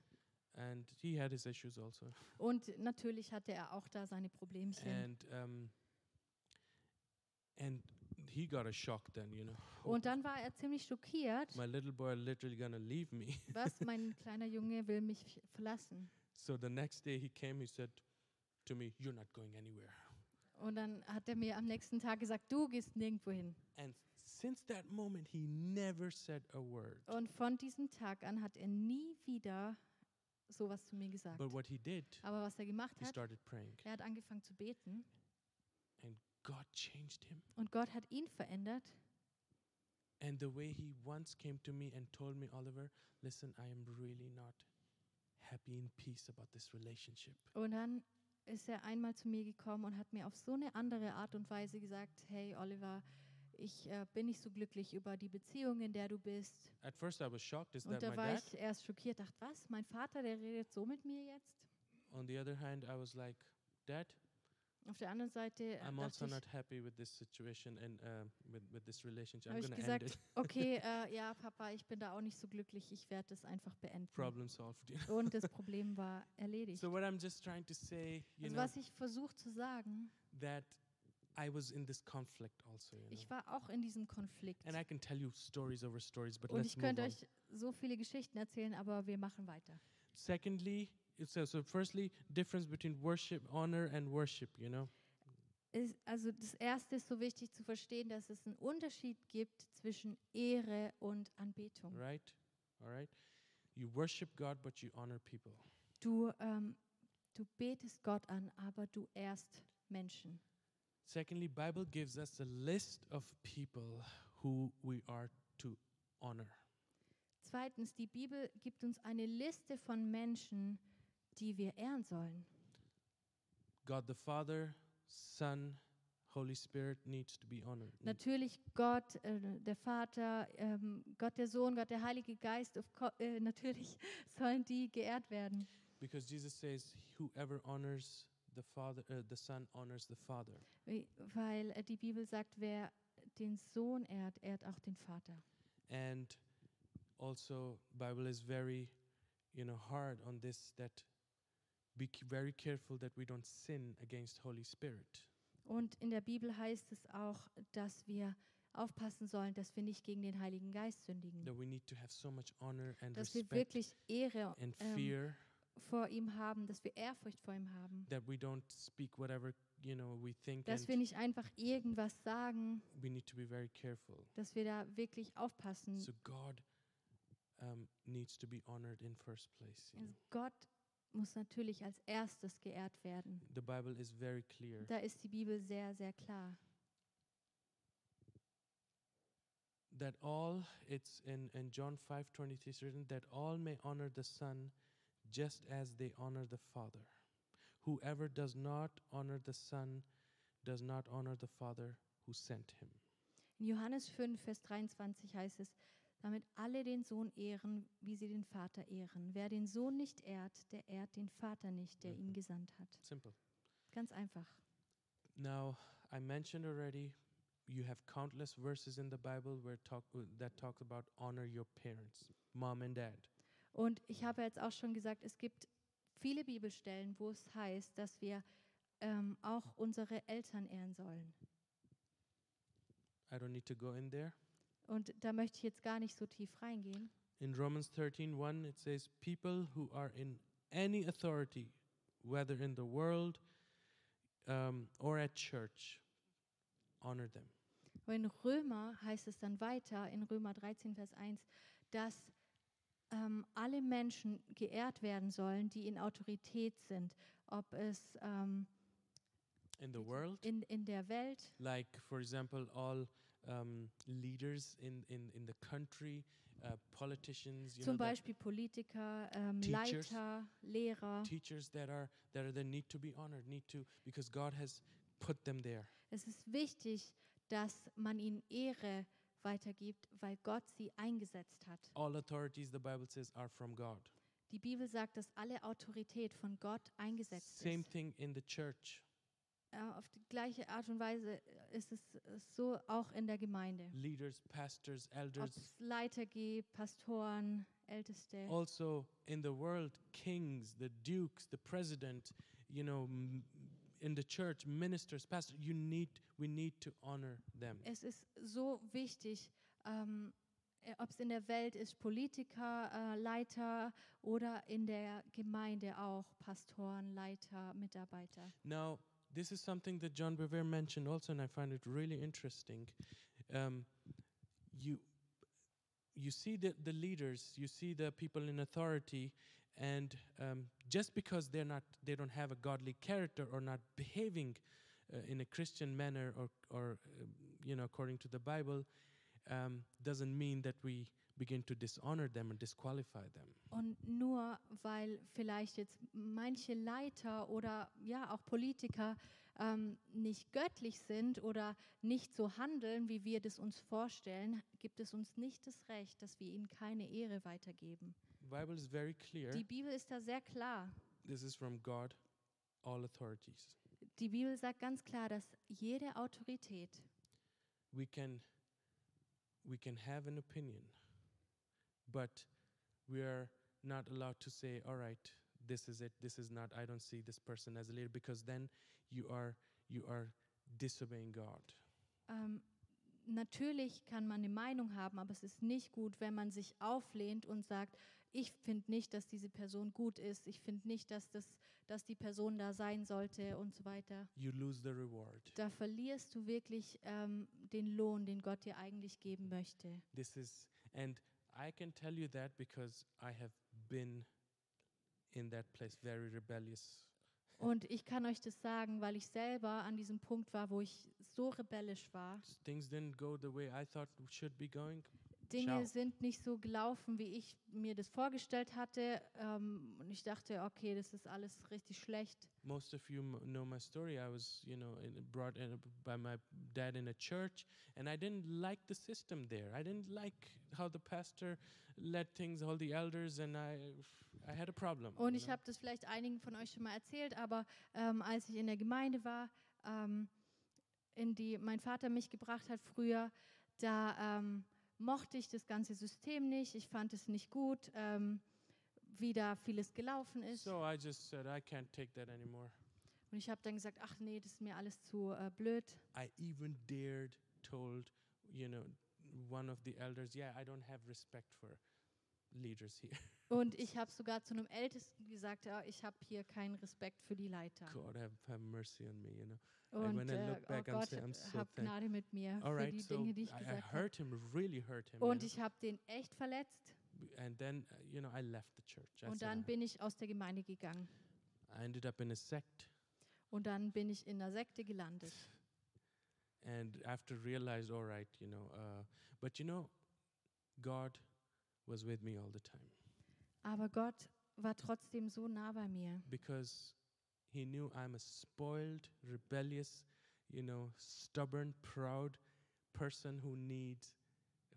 [SPEAKER 1] and he had his issues also.
[SPEAKER 2] Und natürlich hatte er auch da seine Problemchen.
[SPEAKER 1] And um, and he got a shock then, you know.
[SPEAKER 2] Und dann war er ziemlich schockiert,
[SPEAKER 1] My little boy literally gonna leave me.
[SPEAKER 2] was mein kleiner Junge will mich verlassen.
[SPEAKER 1] So the next day he came, he said to me, You're not going anywhere.
[SPEAKER 2] Und dann hat er mir am nächsten Tag gesagt, du gehst nirgendwo hin.
[SPEAKER 1] And since that moment, he never said a word.
[SPEAKER 2] Und von diesem Tag an hat er nie wieder sowas zu mir gesagt.
[SPEAKER 1] But what he did,
[SPEAKER 2] Aber was er gemacht
[SPEAKER 1] he
[SPEAKER 2] hat,
[SPEAKER 1] started praying.
[SPEAKER 2] er hat angefangen zu beten
[SPEAKER 1] And God changed him.
[SPEAKER 2] und Gott hat ihn verändert.
[SPEAKER 1] And the way he once came to me and told me, Oliver, listen, I am really not happy and peace about this relationship.
[SPEAKER 2] Und dann ist er einmal zu mir gekommen und hat mir auf so eine andere Art und Weise gesagt, hey Oliver, ich äh, bin nicht so glücklich über die Beziehung, in der du bist.
[SPEAKER 1] At first, I was shocked. Is
[SPEAKER 2] Und
[SPEAKER 1] that
[SPEAKER 2] da
[SPEAKER 1] my
[SPEAKER 2] war
[SPEAKER 1] dad?
[SPEAKER 2] ich erst schockiert, dachte, was, mein Vater, der redet so mit mir jetzt?
[SPEAKER 1] On the other hand, I was like, Dad,
[SPEAKER 2] Auf der anderen Seite äh,
[SPEAKER 1] I'm also
[SPEAKER 2] dachte ich,
[SPEAKER 1] not happy with this situation and uh, with, with this relationship.
[SPEAKER 2] habe
[SPEAKER 1] I'm
[SPEAKER 2] ich
[SPEAKER 1] going to end
[SPEAKER 2] gesagt,
[SPEAKER 1] it.
[SPEAKER 2] okay, äh, ja, Papa, ich bin da auch nicht so glücklich, ich werde das einfach beenden.
[SPEAKER 1] Problem solved. you know.
[SPEAKER 2] Und das Problem war erledigt.
[SPEAKER 1] so what I'm just trying to say, you
[SPEAKER 2] also
[SPEAKER 1] know,
[SPEAKER 2] was ich versucht zu sagen,
[SPEAKER 1] that I was in this conflict also, you know.
[SPEAKER 2] ich war auch in diesem Konflikt.
[SPEAKER 1] And I can tell you stories over stories, but
[SPEAKER 2] Und
[SPEAKER 1] let's
[SPEAKER 2] ich
[SPEAKER 1] move
[SPEAKER 2] könnte
[SPEAKER 1] on.
[SPEAKER 2] euch so viele Geschichten erzählen, aber wir machen weiter.
[SPEAKER 1] Secondly, it says, so firstly, difference between worship, honor, and worship, you know.
[SPEAKER 2] Es, also das Erste ist so wichtig zu verstehen, dass es einen Unterschied gibt zwischen Ehre und Anbetung.
[SPEAKER 1] Right? All right? You worship God, but you honor people.
[SPEAKER 2] Du, ähm, du betest Gott an, aber du ehrst Menschen.
[SPEAKER 1] Secondly, Bible gives us a list of people who we are to honor.
[SPEAKER 2] Zweitens, die Bibel gibt uns eine Liste von Menschen, die wir ehren sollen.
[SPEAKER 1] God the Father, Son, Holy Spirit needs to be honored.
[SPEAKER 2] Natürlich Gott, äh, der Vater, ähm, Gott der Sohn, Gott der Heilige Geist, of co- äh, natürlich sollen die geehrt werden.
[SPEAKER 1] Because Jesus says, whoever honors the Father, uh, the Son honors the Father.
[SPEAKER 2] Wie- Weil äh, die Bibel sagt, wer den Sohn ehrt, ehrt auch den Vater.
[SPEAKER 1] And also Bible is very, you know, hard on this that be c- very careful that we don't sin against Holy Spirit.
[SPEAKER 2] Und in der Bibel heißt es auch, dass wir aufpassen sollen, dass wir nicht gegen den Heiligen Geist sündigen.
[SPEAKER 1] That we need to have so much honor and
[SPEAKER 2] Dass wir
[SPEAKER 1] respect
[SPEAKER 2] wirklich Ehre
[SPEAKER 1] and
[SPEAKER 2] ähm,
[SPEAKER 1] fear
[SPEAKER 2] vor ihm haben, dass wir Ehrfurcht vor ihm haben.
[SPEAKER 1] that we don't speak whatever you know we think
[SPEAKER 2] Dass wir
[SPEAKER 1] and
[SPEAKER 2] nicht einfach irgendwas sagen,
[SPEAKER 1] we need to be very careful.
[SPEAKER 2] dass wir da wirklich aufpassen.
[SPEAKER 1] So God um, needs to be honored in first place. you
[SPEAKER 2] Also
[SPEAKER 1] know.
[SPEAKER 2] Gott muss natürlich als erstes geehrt werden.
[SPEAKER 1] The Bible is very clear.
[SPEAKER 2] Da ist die Bibel sehr, sehr klar.
[SPEAKER 1] that all it's in, in john 5.23 it's written that all may honor the son just as they honor the father whoever does not honor the son does not honor the father who sent him
[SPEAKER 2] In Johannes 5, Vers 23 heißt es, damit alle den Sohn ehren, wie sie den Vater ehren. Wer den Sohn nicht ehrt, der ehrt den Vater nicht, der ihn gesandt hat.
[SPEAKER 1] simple
[SPEAKER 2] Ganz einfach.
[SPEAKER 1] now i mentioned already you have countless verses in the bible where talk that talk about honor your parents mom and dad
[SPEAKER 2] Und ich habe jetzt auch schon gesagt, es gibt viele Bibelstellen, wo es heißt, dass wir ähm, auch unsere Eltern ehren sollen.
[SPEAKER 1] i don't need to go in there
[SPEAKER 2] Und da möchte ich jetzt gar nicht so tief reingehen.
[SPEAKER 1] In Romans 13:1 it says people who are in any authority whether in the world um, or at church honor them.
[SPEAKER 2] Aber in Römer heißt es dann weiter, in Römer 13, Vers 1, dass ähm, alle Menschen geehrt werden sollen, die in Autorität sind. Ob es ähm,
[SPEAKER 1] In the world
[SPEAKER 2] in, in der Welt,
[SPEAKER 1] like for example all um, leaders in, in, in the country uh, politicians you
[SPEAKER 2] zum
[SPEAKER 1] know, that-
[SPEAKER 2] Beispiel Politiker, ähm,
[SPEAKER 1] Teachers.
[SPEAKER 2] Leiter, Lehrer.
[SPEAKER 1] teachers that are that are that need to be honored need to because God has put them there.
[SPEAKER 2] Es ist wichtig, dass man ihnen Ehre weitergibt, weil Gott sie eingesetzt hat.
[SPEAKER 1] All authorities the Bible says are from God.
[SPEAKER 2] Die Bibel sagt, dass alle Autorität von Gott eingesetzt
[SPEAKER 1] Same
[SPEAKER 2] ist.
[SPEAKER 1] thing in the church.
[SPEAKER 2] Äh, auf die gleiche Art und Weise ist es äh, so auch in der Gemeinde.
[SPEAKER 1] Leaders, pastors,
[SPEAKER 2] Ob
[SPEAKER 1] elders,
[SPEAKER 2] es Leiter gibt, Pastoren, Älteste.
[SPEAKER 1] also in the world kings the dukes the president you know m- in the church ministers pastors you need we need to honor them
[SPEAKER 2] Es ist so wichtig, ähm, ob es in der Welt ist, Politiker, äh, Leiter oder in der Gemeinde auch Pastoren, Leiter, Mitarbeiter.
[SPEAKER 1] now this is something that john bevere mentioned also and i find it really interesting um, you you see the, the leaders you see the people in authority and um, just because they're not they don't have a godly character or not behaving uh, in a christian manner or or um, you know according to the bible um, doesn't mean that we begin to dishonor them and disqualify them.
[SPEAKER 2] Und nur weil vielleicht jetzt manche Leiter oder ja auch Politiker ähm, nicht göttlich sind oder nicht so handeln, wie wir das uns vorstellen, gibt es uns nicht das Recht, dass wir ihnen keine Ehre weitergeben.
[SPEAKER 1] Bible is very clear.
[SPEAKER 2] Die Bibel ist da sehr klar.
[SPEAKER 1] This is from God, all authorities.
[SPEAKER 2] Die Bibel sagt ganz klar, dass jede Autorität,
[SPEAKER 1] We can we can have an opinion, but we are not allowed to say, all right, this is it, this is not, I don't see this person as a leader, because then you are you are disobeying God.
[SPEAKER 2] ähm, natürlich kann man eine Meinung haben, aber es ist nicht gut, wenn man sich auflehnt und sagt, ich finde nicht, dass diese Person gut ist, ich finde nicht, dass, das, dass die Person da sein sollte und so weiter.
[SPEAKER 1] You lose the reward.
[SPEAKER 2] Da verlierst du wirklich ähm, den Lohn, den Gott dir eigentlich geben möchte.
[SPEAKER 1] This is and I can tell you that because I have been in that place very rebellious
[SPEAKER 2] Und ich kann euch das sagen, weil ich selber an diesem Punkt war, wo ich so rebellisch war.
[SPEAKER 1] S- things didn't go the way I thought w- should be going.
[SPEAKER 2] Dinge
[SPEAKER 1] Ciao.
[SPEAKER 2] sind nicht so gelaufen, wie ich mir das vorgestellt hatte. Ähm, und ich dachte, okay, das ist alles richtig schlecht.
[SPEAKER 1] Most of you m- know my story. I was, you know, in, brought in a- by my dad in a church, and I didn't like the system there. I didn't like how the pastor led things, all the elders, and I, I had a problem.
[SPEAKER 2] Und
[SPEAKER 1] you
[SPEAKER 2] ich
[SPEAKER 1] know.
[SPEAKER 2] habe das vielleicht einigen von euch schon mal erzählt, aber ähm, als ich in der Gemeinde war, ähm, in die mein Vater mich gebracht hat früher, da ähm, mochte ich das ganze System nicht. Ich fand es nicht gut, ähm, wie da vieles gelaufen ist.
[SPEAKER 1] so I just said, I can't take that anymore.
[SPEAKER 2] Und ich habe dann gesagt, ach nee, das ist mir alles zu äh, blöd.
[SPEAKER 1] I even dared told, you know, one of the elders, yeah, I don't have respect for leaders here.
[SPEAKER 2] Und ich habe sogar zu einem Ältesten gesagt, ja, ich habe hier keinen Respekt für die Leiter.
[SPEAKER 1] God have, have mercy on me, you know. when
[SPEAKER 2] Und
[SPEAKER 1] I
[SPEAKER 2] äh,
[SPEAKER 1] look
[SPEAKER 2] oh
[SPEAKER 1] back, I'm
[SPEAKER 2] Gott,
[SPEAKER 1] so- I'm so
[SPEAKER 2] hab
[SPEAKER 1] thank-
[SPEAKER 2] Gnade mit mir
[SPEAKER 1] All
[SPEAKER 2] für
[SPEAKER 1] right,
[SPEAKER 2] die
[SPEAKER 1] so
[SPEAKER 2] Dinge, die ich
[SPEAKER 1] I, I
[SPEAKER 2] gesagt habe.
[SPEAKER 1] hurt him, really hurt him. you
[SPEAKER 2] Und
[SPEAKER 1] know.
[SPEAKER 2] ich habe den echt verletzt.
[SPEAKER 1] B- and then uh, you know I left the church. I,
[SPEAKER 2] Und
[SPEAKER 1] said,
[SPEAKER 2] dann
[SPEAKER 1] "I-
[SPEAKER 2] bin ich aus der Gemeinde gegangen.
[SPEAKER 1] I ended up in a sect,
[SPEAKER 2] Und dann bin ich in einer Sekte gelandet.
[SPEAKER 1] and after realized, all right, you know, uh, but you know, God was with me all the time
[SPEAKER 2] Aber Gott war trotzdem so nah bei mir,
[SPEAKER 1] because He knew I'm a spoiled, rebellious, you know, stubborn, proud person who needs,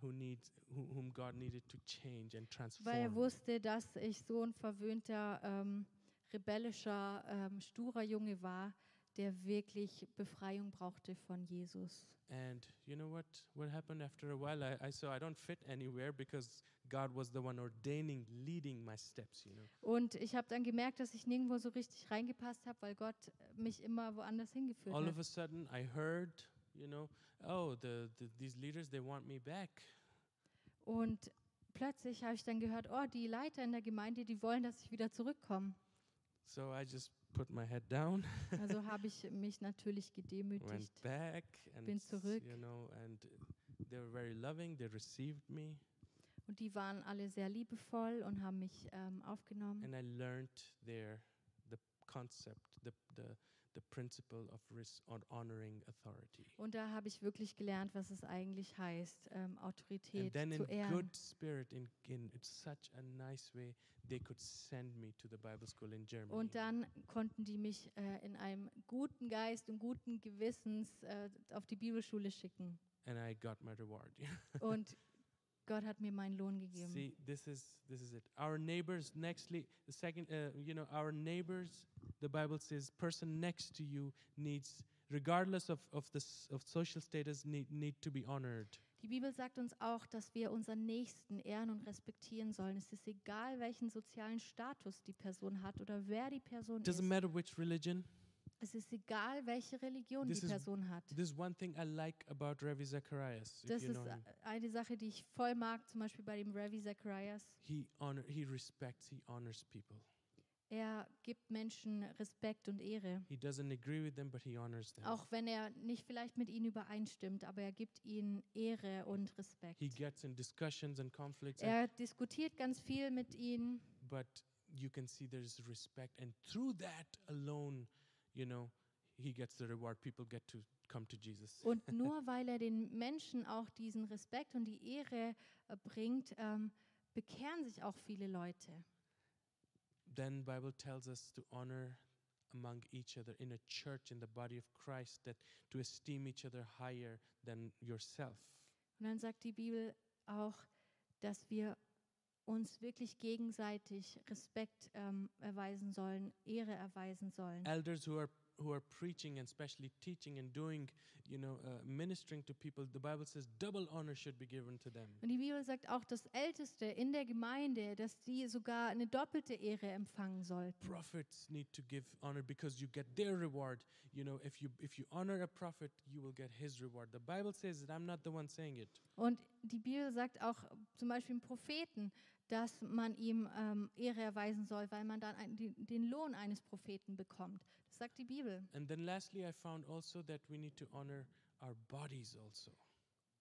[SPEAKER 1] who needs, who, whom God needed to change and transform.
[SPEAKER 2] weil er wusste, dass ich so ein verwöhnter, ähm, rebellischer, ähm, sturer Junge war, der wirklich Befreiung brauchte von Jesus.
[SPEAKER 1] And you know what? What happened after a while? I, I saw I don't fit anywhere because God was the one ordaining, leading my steps. You know.
[SPEAKER 2] Und ich habe dann gemerkt, dass ich nirgendwo so richtig reingepasst habe, weil Gott mich immer woanders hingeführt
[SPEAKER 1] all
[SPEAKER 2] hat.
[SPEAKER 1] of a sudden i heard you know oh the, the these leaders they want me back
[SPEAKER 2] Und plötzlich habe ich dann gehört, oh, die Leiter in der Gemeinde, die wollen, dass ich wieder zurückkomme.
[SPEAKER 1] so i just put my head down
[SPEAKER 2] Also habe ich mich natürlich
[SPEAKER 1] went
[SPEAKER 2] gedemütigt.
[SPEAKER 1] back and
[SPEAKER 2] Bin
[SPEAKER 1] s-
[SPEAKER 2] zurück.
[SPEAKER 1] you know and they were very loving they received me
[SPEAKER 2] Und die waren alle sehr liebevoll und haben mich ähm, aufgenommen.
[SPEAKER 1] and i learnt their the concept the the the principle of res- on honoring authority
[SPEAKER 2] Und da habe ich wirklich gelernt, was es eigentlich heißt, ähm,
[SPEAKER 1] and
[SPEAKER 2] Autorität
[SPEAKER 1] then in
[SPEAKER 2] zu ehren.
[SPEAKER 1] good spirit in, in such a nice way they could send me to the bible school in germany
[SPEAKER 2] Und dann konnten die mich äh, in einem guten Geist und guten Gewissens äh, auf die Bibelschule schicken.
[SPEAKER 1] and i got my reward
[SPEAKER 2] Und Gott hat mir meinen Lohn gegeben.
[SPEAKER 1] See, this is this is it. Our neighbors nextly the second uh, you know our neighbors the Bible says person next to you needs regardless of of the s of social status need need to be honored.
[SPEAKER 2] Die Bibel sagt uns auch, dass wir unseren Nächsten ehren und respektieren sollen. Es ist egal, welchen sozialen Status die Person hat oder wer die Person ist.
[SPEAKER 1] Doesn't matter which religion.
[SPEAKER 2] Es ist egal, welche Religion
[SPEAKER 1] This
[SPEAKER 2] die
[SPEAKER 1] is-
[SPEAKER 2] Person hat.
[SPEAKER 1] This is one thing I like about Ravi Zacharias. If
[SPEAKER 2] Das
[SPEAKER 1] you
[SPEAKER 2] ist
[SPEAKER 1] know him.
[SPEAKER 2] äh, eine Sache, die ich voll mag, zum Beispiel bei dem Ravi Zacharias.
[SPEAKER 1] He honor he respects he honors people.
[SPEAKER 2] Er gibt Menschen Respekt und Ehre.
[SPEAKER 1] He doesn't agree with them, but he honors them.
[SPEAKER 2] Auch wenn er nicht vielleicht mit ihnen übereinstimmt, aber er gibt ihnen Ehre und Respekt.
[SPEAKER 1] He gets in discussions and conflicts, and,
[SPEAKER 2] Er diskutiert ganz viel mit ihnen,
[SPEAKER 1] but you can see there's respect, and through that alone, you know, he gets the reward. People get to come to Jesus.
[SPEAKER 2] Und nur weil er den Menschen auch diesen Respekt und die Ehre äh, bringt, ähm, bekehren sich auch viele Leute.
[SPEAKER 1] Then Bible tells us to honor among each other in a church in the body of Christ that to esteem each other higher than yourself.
[SPEAKER 2] Und dann sagt die Bibel auch, dass wir uns wirklich gegenseitig Respekt ähm, erweisen sollen, Ehre erweisen sollen.
[SPEAKER 1] Elders who are who are preaching and especially teaching and doing, you know, uh, ministering to people, the Bible says double honor should be given to them.
[SPEAKER 2] Und die Bibel sagt auch, dass Älteste in der Gemeinde, dass die sogar eine doppelte Ehre empfangen sollten.
[SPEAKER 1] prophets need to give honor because you get their reward you know if you if you honor a prophet you will get his reward the bible says it i'm not the one saying it
[SPEAKER 2] Und die Bibel sagt auch äh, zum Beispiel im Propheten, dass man ihm ähm, Ehre erweisen soll, weil man dann ein, die, den Lohn eines Propheten bekommt. Das sagt die Bibel.
[SPEAKER 1] and then lastly i found also that we need to honor our bodies also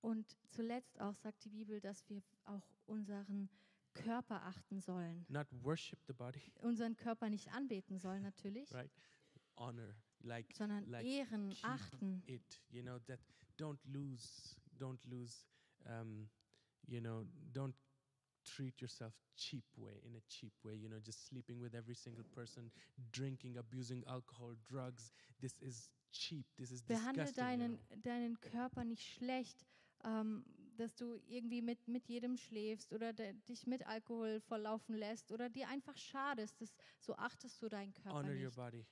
[SPEAKER 2] Und zuletzt auch sagt die Bibel, dass wir auch unseren Körper achten sollen.
[SPEAKER 1] not worship the body
[SPEAKER 2] Unseren Körper nicht anbeten sollen natürlich,
[SPEAKER 1] right honor like
[SPEAKER 2] sondern
[SPEAKER 1] like
[SPEAKER 2] ehren,
[SPEAKER 1] keep
[SPEAKER 2] achten.
[SPEAKER 1] it you know that don't lose don't lose um you know don't treat yourself cheap way in a cheap way you know just sleeping with every single person drinking abusing alcohol drugs this is cheap this is
[SPEAKER 2] Behandle
[SPEAKER 1] disgusting you know.
[SPEAKER 2] deinen, deinen Körper nicht schlecht, ähm, dass du irgendwie mit, mit jedem schläfst oder de, dich mit Alkohol verlaufen lässt oder dir einfach schadest. Das, so achtest du deinen Körper
[SPEAKER 1] honor your
[SPEAKER 2] nicht.
[SPEAKER 1] body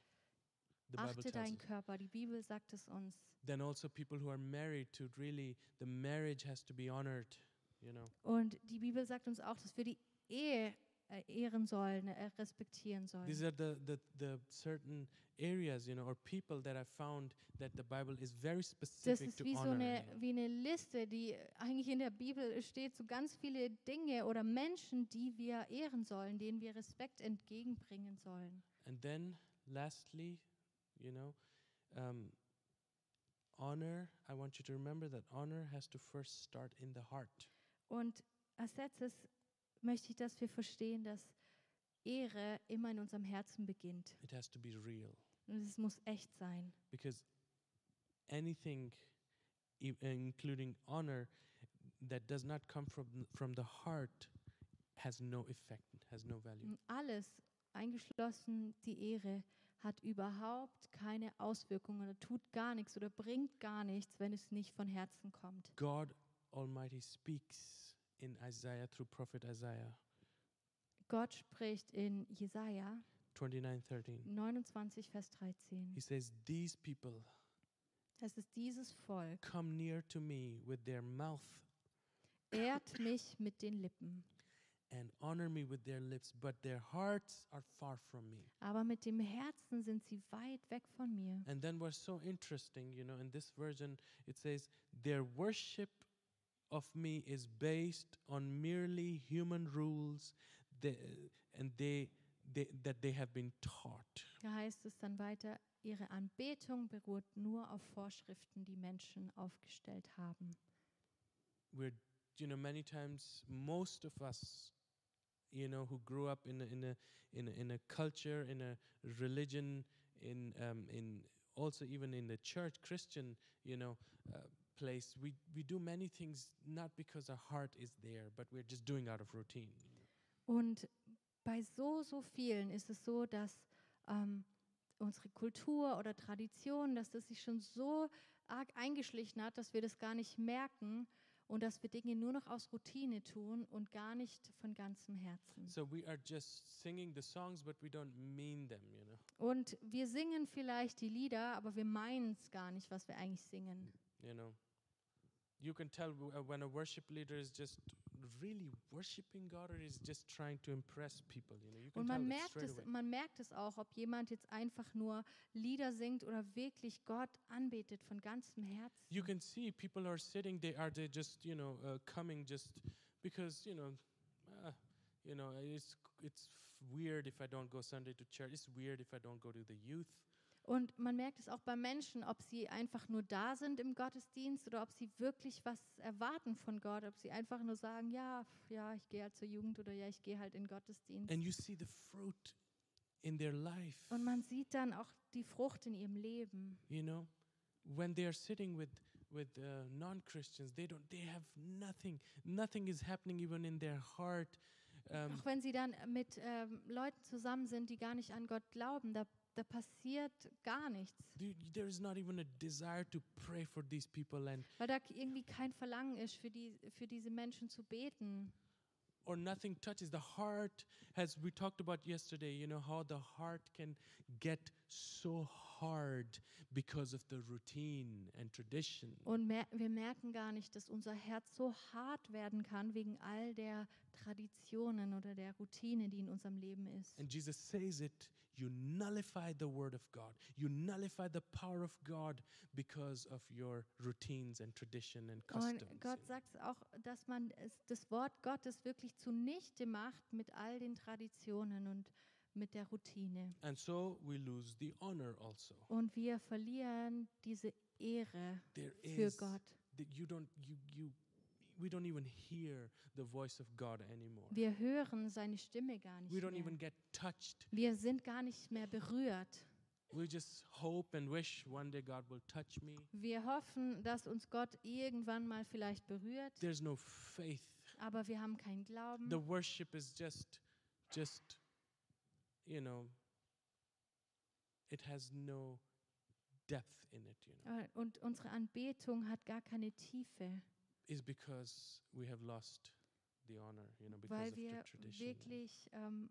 [SPEAKER 1] the bible
[SPEAKER 2] Achte
[SPEAKER 1] tells us
[SPEAKER 2] deinen Körper, die Bibel sagt es uns.
[SPEAKER 1] then also people who are married to really the marriage has to be honored you know
[SPEAKER 2] Und die Bibel sagt uns auch, dass wir die Ehe äh, ehren sollen, äh, respektieren sollen.
[SPEAKER 1] These are the, the, the certain areas, you know, or people that I found that the Bible is very
[SPEAKER 2] Das
[SPEAKER 1] specific
[SPEAKER 2] ist
[SPEAKER 1] to
[SPEAKER 2] wie so
[SPEAKER 1] honor. you
[SPEAKER 2] eine,
[SPEAKER 1] know.
[SPEAKER 2] wie eine Liste, die eigentlich in der Bibel steht, so ganz viele Dinge oder Menschen, die wir ehren sollen, denen wir Respekt entgegenbringen sollen.
[SPEAKER 1] And then lastly, you know, um, honor, I want you to remember that honor has to first start in the heart.
[SPEAKER 2] Und als letztes möchte ich, dass wir verstehen, dass Ehre immer in unserem Herzen beginnt.
[SPEAKER 1] It has to be real
[SPEAKER 2] Und es muss echt sein.
[SPEAKER 1] because anything, i- including honor, that does not come from, from the heart has no effect, has no value.
[SPEAKER 2] Und alles, eingeschlossen die Ehre, hat überhaupt keine Auswirkungen oder tut gar nichts oder bringt gar nichts, wenn es nicht von Herzen kommt.
[SPEAKER 1] God Almighty speaks in Isaiah through prophet Isaiah
[SPEAKER 2] Gott spricht in Jesaja
[SPEAKER 1] 29:13.
[SPEAKER 2] 29, Vers 13.
[SPEAKER 1] He says, "These people
[SPEAKER 2] Es ist dieses Volk,
[SPEAKER 1] come near to me with their mouth
[SPEAKER 2] ehrt mich mit den Lippen,
[SPEAKER 1] and honor me with their lips, but their hearts are far from me."
[SPEAKER 2] aber mit dem Herzen sind sie weit weg von mir.
[SPEAKER 1] And then what's so interesting, you know, in this version it says, "Their worship of me is based on merely human rules the- and they, they that they have been taught."
[SPEAKER 2] Da heißt es dann weiter, ihre Anbetung beruht nur auf Vorschriften, die Menschen aufgestellt haben.
[SPEAKER 1] we're you know many times most of us you know who grew up in a, in a in a, in a culture in a religion in um, in also even in the church christian you know uh, place we we do many things not because our heart is there but we're just doing out of routine
[SPEAKER 2] Und bei so, so vielen ist es so, dass ähm, unsere Kultur oder Tradition, dass das sich schon so arg eingeschlichen hat, dass wir das gar nicht merken und dass wir Dinge nur noch aus Routine tun und gar nicht von ganzem Herzen.
[SPEAKER 1] so we are just singing the songs but we don't mean them you know
[SPEAKER 2] Und wir singen vielleicht die Lieder, aber wir meinen es gar nicht, was wir eigentlich singen.
[SPEAKER 1] you know you can tell w- uh, when a worship leader is just really worshiping god or is just trying to impress people you know you can
[SPEAKER 2] Und man
[SPEAKER 1] tell it
[SPEAKER 2] merkt,
[SPEAKER 1] straight
[SPEAKER 2] es,
[SPEAKER 1] away
[SPEAKER 2] man merkt es auch, ob jemand jetzt einfach nur Lieder singt oder wirklich Gott anbetet von ganzem Herzen.
[SPEAKER 1] you can see people are sitting they are they just you know uh, coming just because you know uh, you know uh, it's it's weird if i don't go sunday to church it's weird if i don't go to the youth
[SPEAKER 2] Und man merkt es auch bei Menschen, ob sie einfach nur da sind im Gottesdienst oder ob sie wirklich was erwarten von Gott, ob sie einfach nur sagen, ja, pf, ja, ich gehe halt zur Jugend oder ja, ich gehe halt in den Gottesdienst.
[SPEAKER 1] and you see the fruit in their life.
[SPEAKER 2] Und man sieht dann auch die Frucht in ihrem Leben.
[SPEAKER 1] You know, when they are sitting with with uh, non-Christians, they don't. They have nothing. Nothing is happening even in their heart. Um,
[SPEAKER 2] Auch wenn sie dann mit ähm, Leuten zusammen sind, die gar nicht an Gott glauben, da, da passiert gar nichts,
[SPEAKER 1] th- there is not even a desire to pray for these people, and
[SPEAKER 2] weil da irgendwie kein Verlangen ist, für, die, für diese Menschen zu beten.
[SPEAKER 1] or nothing touches the heart. As we talked about yesterday, you know how the heart can get so hard because of the routine and tradition.
[SPEAKER 2] Und mer wir merken gar nicht, dass unser Herz so hart werden kann wegen all der Traditionen oder der Routine, die in unserem Leben ist.
[SPEAKER 1] And Jesus says it you nullify the word of God, you nullify the power of God because of your routines and tradition and customs.
[SPEAKER 2] Und Gott sagt es auch, dass man es, das Wort Gottes wirklich zunichte macht mit all den Traditionen und mit der Routine.
[SPEAKER 1] and so we lose the honor also.
[SPEAKER 2] Und wir verlieren diese Ehre
[SPEAKER 1] There
[SPEAKER 2] für
[SPEAKER 1] is
[SPEAKER 2] Gott.
[SPEAKER 1] that you don't you you we don't even hear the voice of God anymore.
[SPEAKER 2] Wir hören seine Stimme gar nicht
[SPEAKER 1] We don't even
[SPEAKER 2] mehr.
[SPEAKER 1] get touched.
[SPEAKER 2] Wir sind gar nicht mehr berührt.
[SPEAKER 1] We just hope and wish one day God will touch me.
[SPEAKER 2] Wir hoffen, dass uns Gott irgendwann mal vielleicht berührt,
[SPEAKER 1] There's no faith.
[SPEAKER 2] aber wir haben keinen Glauben.
[SPEAKER 1] The worship is just just you know it has no depth in it, you know.
[SPEAKER 2] Äh, Und unsere Anbetung hat gar keine Tiefe,
[SPEAKER 1] Is because we have lost the honor, you know, because
[SPEAKER 2] weil
[SPEAKER 1] of the
[SPEAKER 2] wir
[SPEAKER 1] tradition.
[SPEAKER 2] wirklich ähm,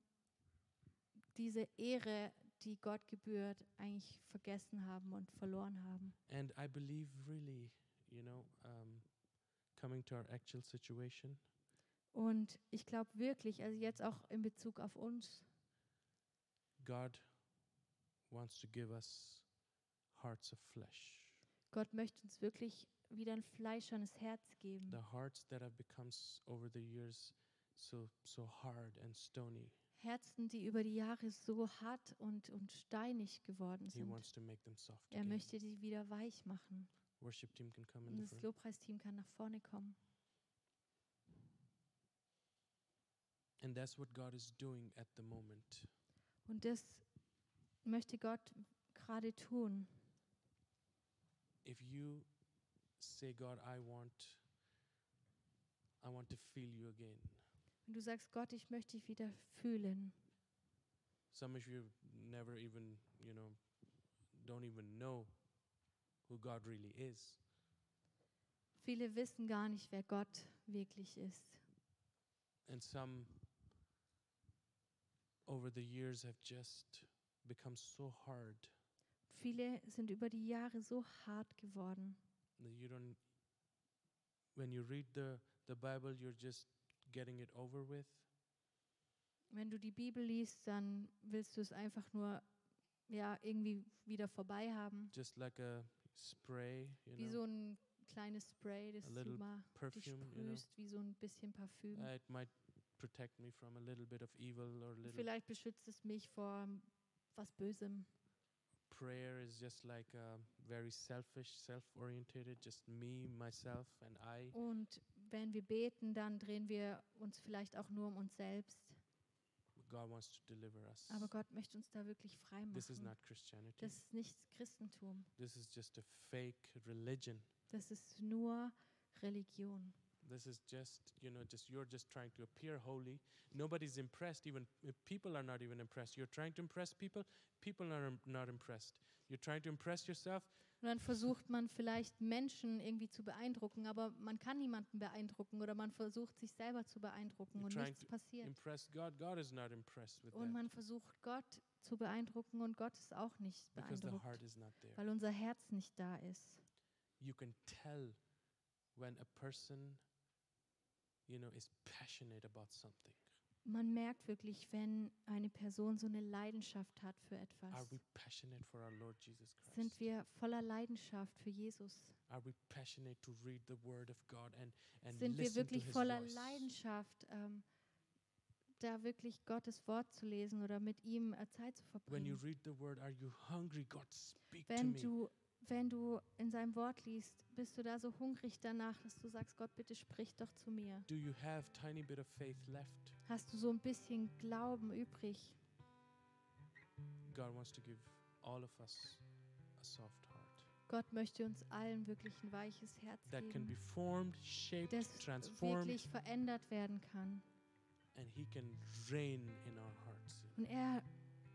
[SPEAKER 2] diese Ehre, die Gott gebührt, eigentlich vergessen haben und verloren haben.
[SPEAKER 1] And I believe really, you know, um, coming to our actual situation,
[SPEAKER 2] Und ich glaube wirklich, also jetzt auch in Bezug auf uns,
[SPEAKER 1] God wants to give us hearts of flesh,
[SPEAKER 2] Gott möchte uns wirklich wieder ein fleischernes Herz geben.
[SPEAKER 1] the hearts that have become s- over the years so so hard and stony.
[SPEAKER 2] Herzen, die über die Jahre so hart und, und steinig geworden
[SPEAKER 1] He
[SPEAKER 2] sind.
[SPEAKER 1] wants to make them soft.
[SPEAKER 2] Er
[SPEAKER 1] again.
[SPEAKER 2] möchte die wieder weich machen.
[SPEAKER 1] Worship team can come in
[SPEAKER 2] Und
[SPEAKER 1] the
[SPEAKER 2] das
[SPEAKER 1] front.
[SPEAKER 2] Lobpreisteam kann nach vorne kommen.
[SPEAKER 1] And that's what God is doing at the moment.
[SPEAKER 2] Und das möchte Gott gerade tun.
[SPEAKER 1] If you say, God, I want, I want to feel you again.
[SPEAKER 2] Wenn du sagst, Gott, ich möchte dich wieder fühlen.
[SPEAKER 1] Some of you never even, you know, don't even know who God really is.
[SPEAKER 2] Viele wissen gar nicht, wer Gott wirklich ist.
[SPEAKER 1] And some over the years have just become so hard
[SPEAKER 2] Viele sind über die Jahre so hart geworden.
[SPEAKER 1] that you don't, when you read the, the Bible, you're just getting it over with.
[SPEAKER 2] Wenn du die Bibel liest, dann willst du es einfach nur ja, irgendwie wieder vorbei haben.
[SPEAKER 1] Just like a spray, you
[SPEAKER 2] Wie
[SPEAKER 1] know,
[SPEAKER 2] so ein kleines Spray, das
[SPEAKER 1] Genau. A
[SPEAKER 2] du
[SPEAKER 1] little
[SPEAKER 2] mal dich
[SPEAKER 1] perfume, you know.
[SPEAKER 2] sprühst, wie so ein bisschen Parfüm.
[SPEAKER 1] Uh, it might protect me from a little bit of evil or a little
[SPEAKER 2] Vielleicht beschützt es mich vor was Bösem.
[SPEAKER 1] prayer is just like um, very selfish, self-oriented, just me, myself, and I.
[SPEAKER 2] Und wenn wir beten, dann drehen wir uns vielleicht auch nur um uns selbst.
[SPEAKER 1] God wants to deliver us.
[SPEAKER 2] Aber Gott möchte uns da wirklich frei machen.
[SPEAKER 1] This is not Christianity.
[SPEAKER 2] das ist nicht Christentum.
[SPEAKER 1] this is just a fake religion.
[SPEAKER 2] Das ist nur Religion.
[SPEAKER 1] This is just, you know, just you're just trying to appear holy. Nobody's impressed. Even uh, people are not even impressed. You're trying to impress people. People are im- not impressed. You're trying to impress yourself.
[SPEAKER 2] Und dann versucht man vielleicht Menschen irgendwie zu beeindrucken, aber man kann niemanden beeindrucken oder man versucht sich selber zu beeindrucken
[SPEAKER 1] You're
[SPEAKER 2] und
[SPEAKER 1] trying
[SPEAKER 2] nichts
[SPEAKER 1] to
[SPEAKER 2] passiert.
[SPEAKER 1] Impress God. God is not impressed with
[SPEAKER 2] Und
[SPEAKER 1] that
[SPEAKER 2] man versucht Gott zu beeindrucken und Gott ist auch nicht
[SPEAKER 1] because the heart
[SPEAKER 2] beeindruckt,
[SPEAKER 1] is not there.
[SPEAKER 2] weil unser Herz nicht da ist.
[SPEAKER 1] you can tell when a person you know is passionate about something
[SPEAKER 2] Man merkt wirklich, wenn eine Person so eine Leidenschaft hat für
[SPEAKER 1] are
[SPEAKER 2] etwas.
[SPEAKER 1] we passionate for our lord jesus christ
[SPEAKER 2] Sind wir voller Leidenschaft für Jesus?
[SPEAKER 1] are we passionate to read the word of god and and
[SPEAKER 2] Sind wir
[SPEAKER 1] listen to
[SPEAKER 2] wirklich
[SPEAKER 1] his
[SPEAKER 2] voller
[SPEAKER 1] voice?
[SPEAKER 2] Leidenschaft, ähm, da wirklich Gottes Wort zu lesen oder mit ihm äh, Zeit zu
[SPEAKER 1] when you
[SPEAKER 2] verbringen?
[SPEAKER 1] read the word are you hungry god speak
[SPEAKER 2] Wenn
[SPEAKER 1] to me
[SPEAKER 2] du, wenn du in seinem Wort liest, bist du da so hungrig danach, dass du sagst, Gott, bitte sprich doch zu mir.
[SPEAKER 1] do you have tiny bit of faith left
[SPEAKER 2] Hast du so ein bisschen Glauben übrig?
[SPEAKER 1] God wants to give all of us a soft heart
[SPEAKER 2] Gott möchte uns allen wirklich ein weiches Herz
[SPEAKER 1] that can be
[SPEAKER 2] geben,
[SPEAKER 1] formed, shaped,
[SPEAKER 2] das
[SPEAKER 1] transformed,
[SPEAKER 2] wirklich verändert werden kann.
[SPEAKER 1] and He can reign in our hearts.
[SPEAKER 2] Und er,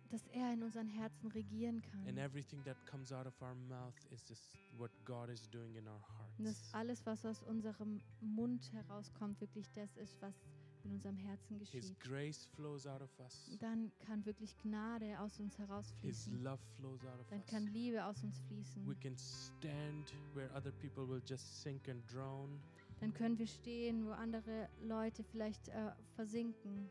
[SPEAKER 2] dass er in unseren Herzen regieren kann.
[SPEAKER 1] And everything that comes out of our mouth is just what God is doing in our
[SPEAKER 2] Und
[SPEAKER 1] hearts.
[SPEAKER 2] dass alles, was aus unserem Mund herauskommt, wirklich das ist, was in unserem Herzen
[SPEAKER 1] His
[SPEAKER 2] geschieht.
[SPEAKER 1] grace flows out of us.
[SPEAKER 2] Dann kann wirklich Gnade aus uns
[SPEAKER 1] His
[SPEAKER 2] herausfließen.
[SPEAKER 1] love flows out
[SPEAKER 2] Dann
[SPEAKER 1] of us.
[SPEAKER 2] kann Liebe aus uns fließen.
[SPEAKER 1] We can stand where other people will just sink and drown.
[SPEAKER 2] Dann können wir stehen, wo andere Leute vielleicht äh, versinken.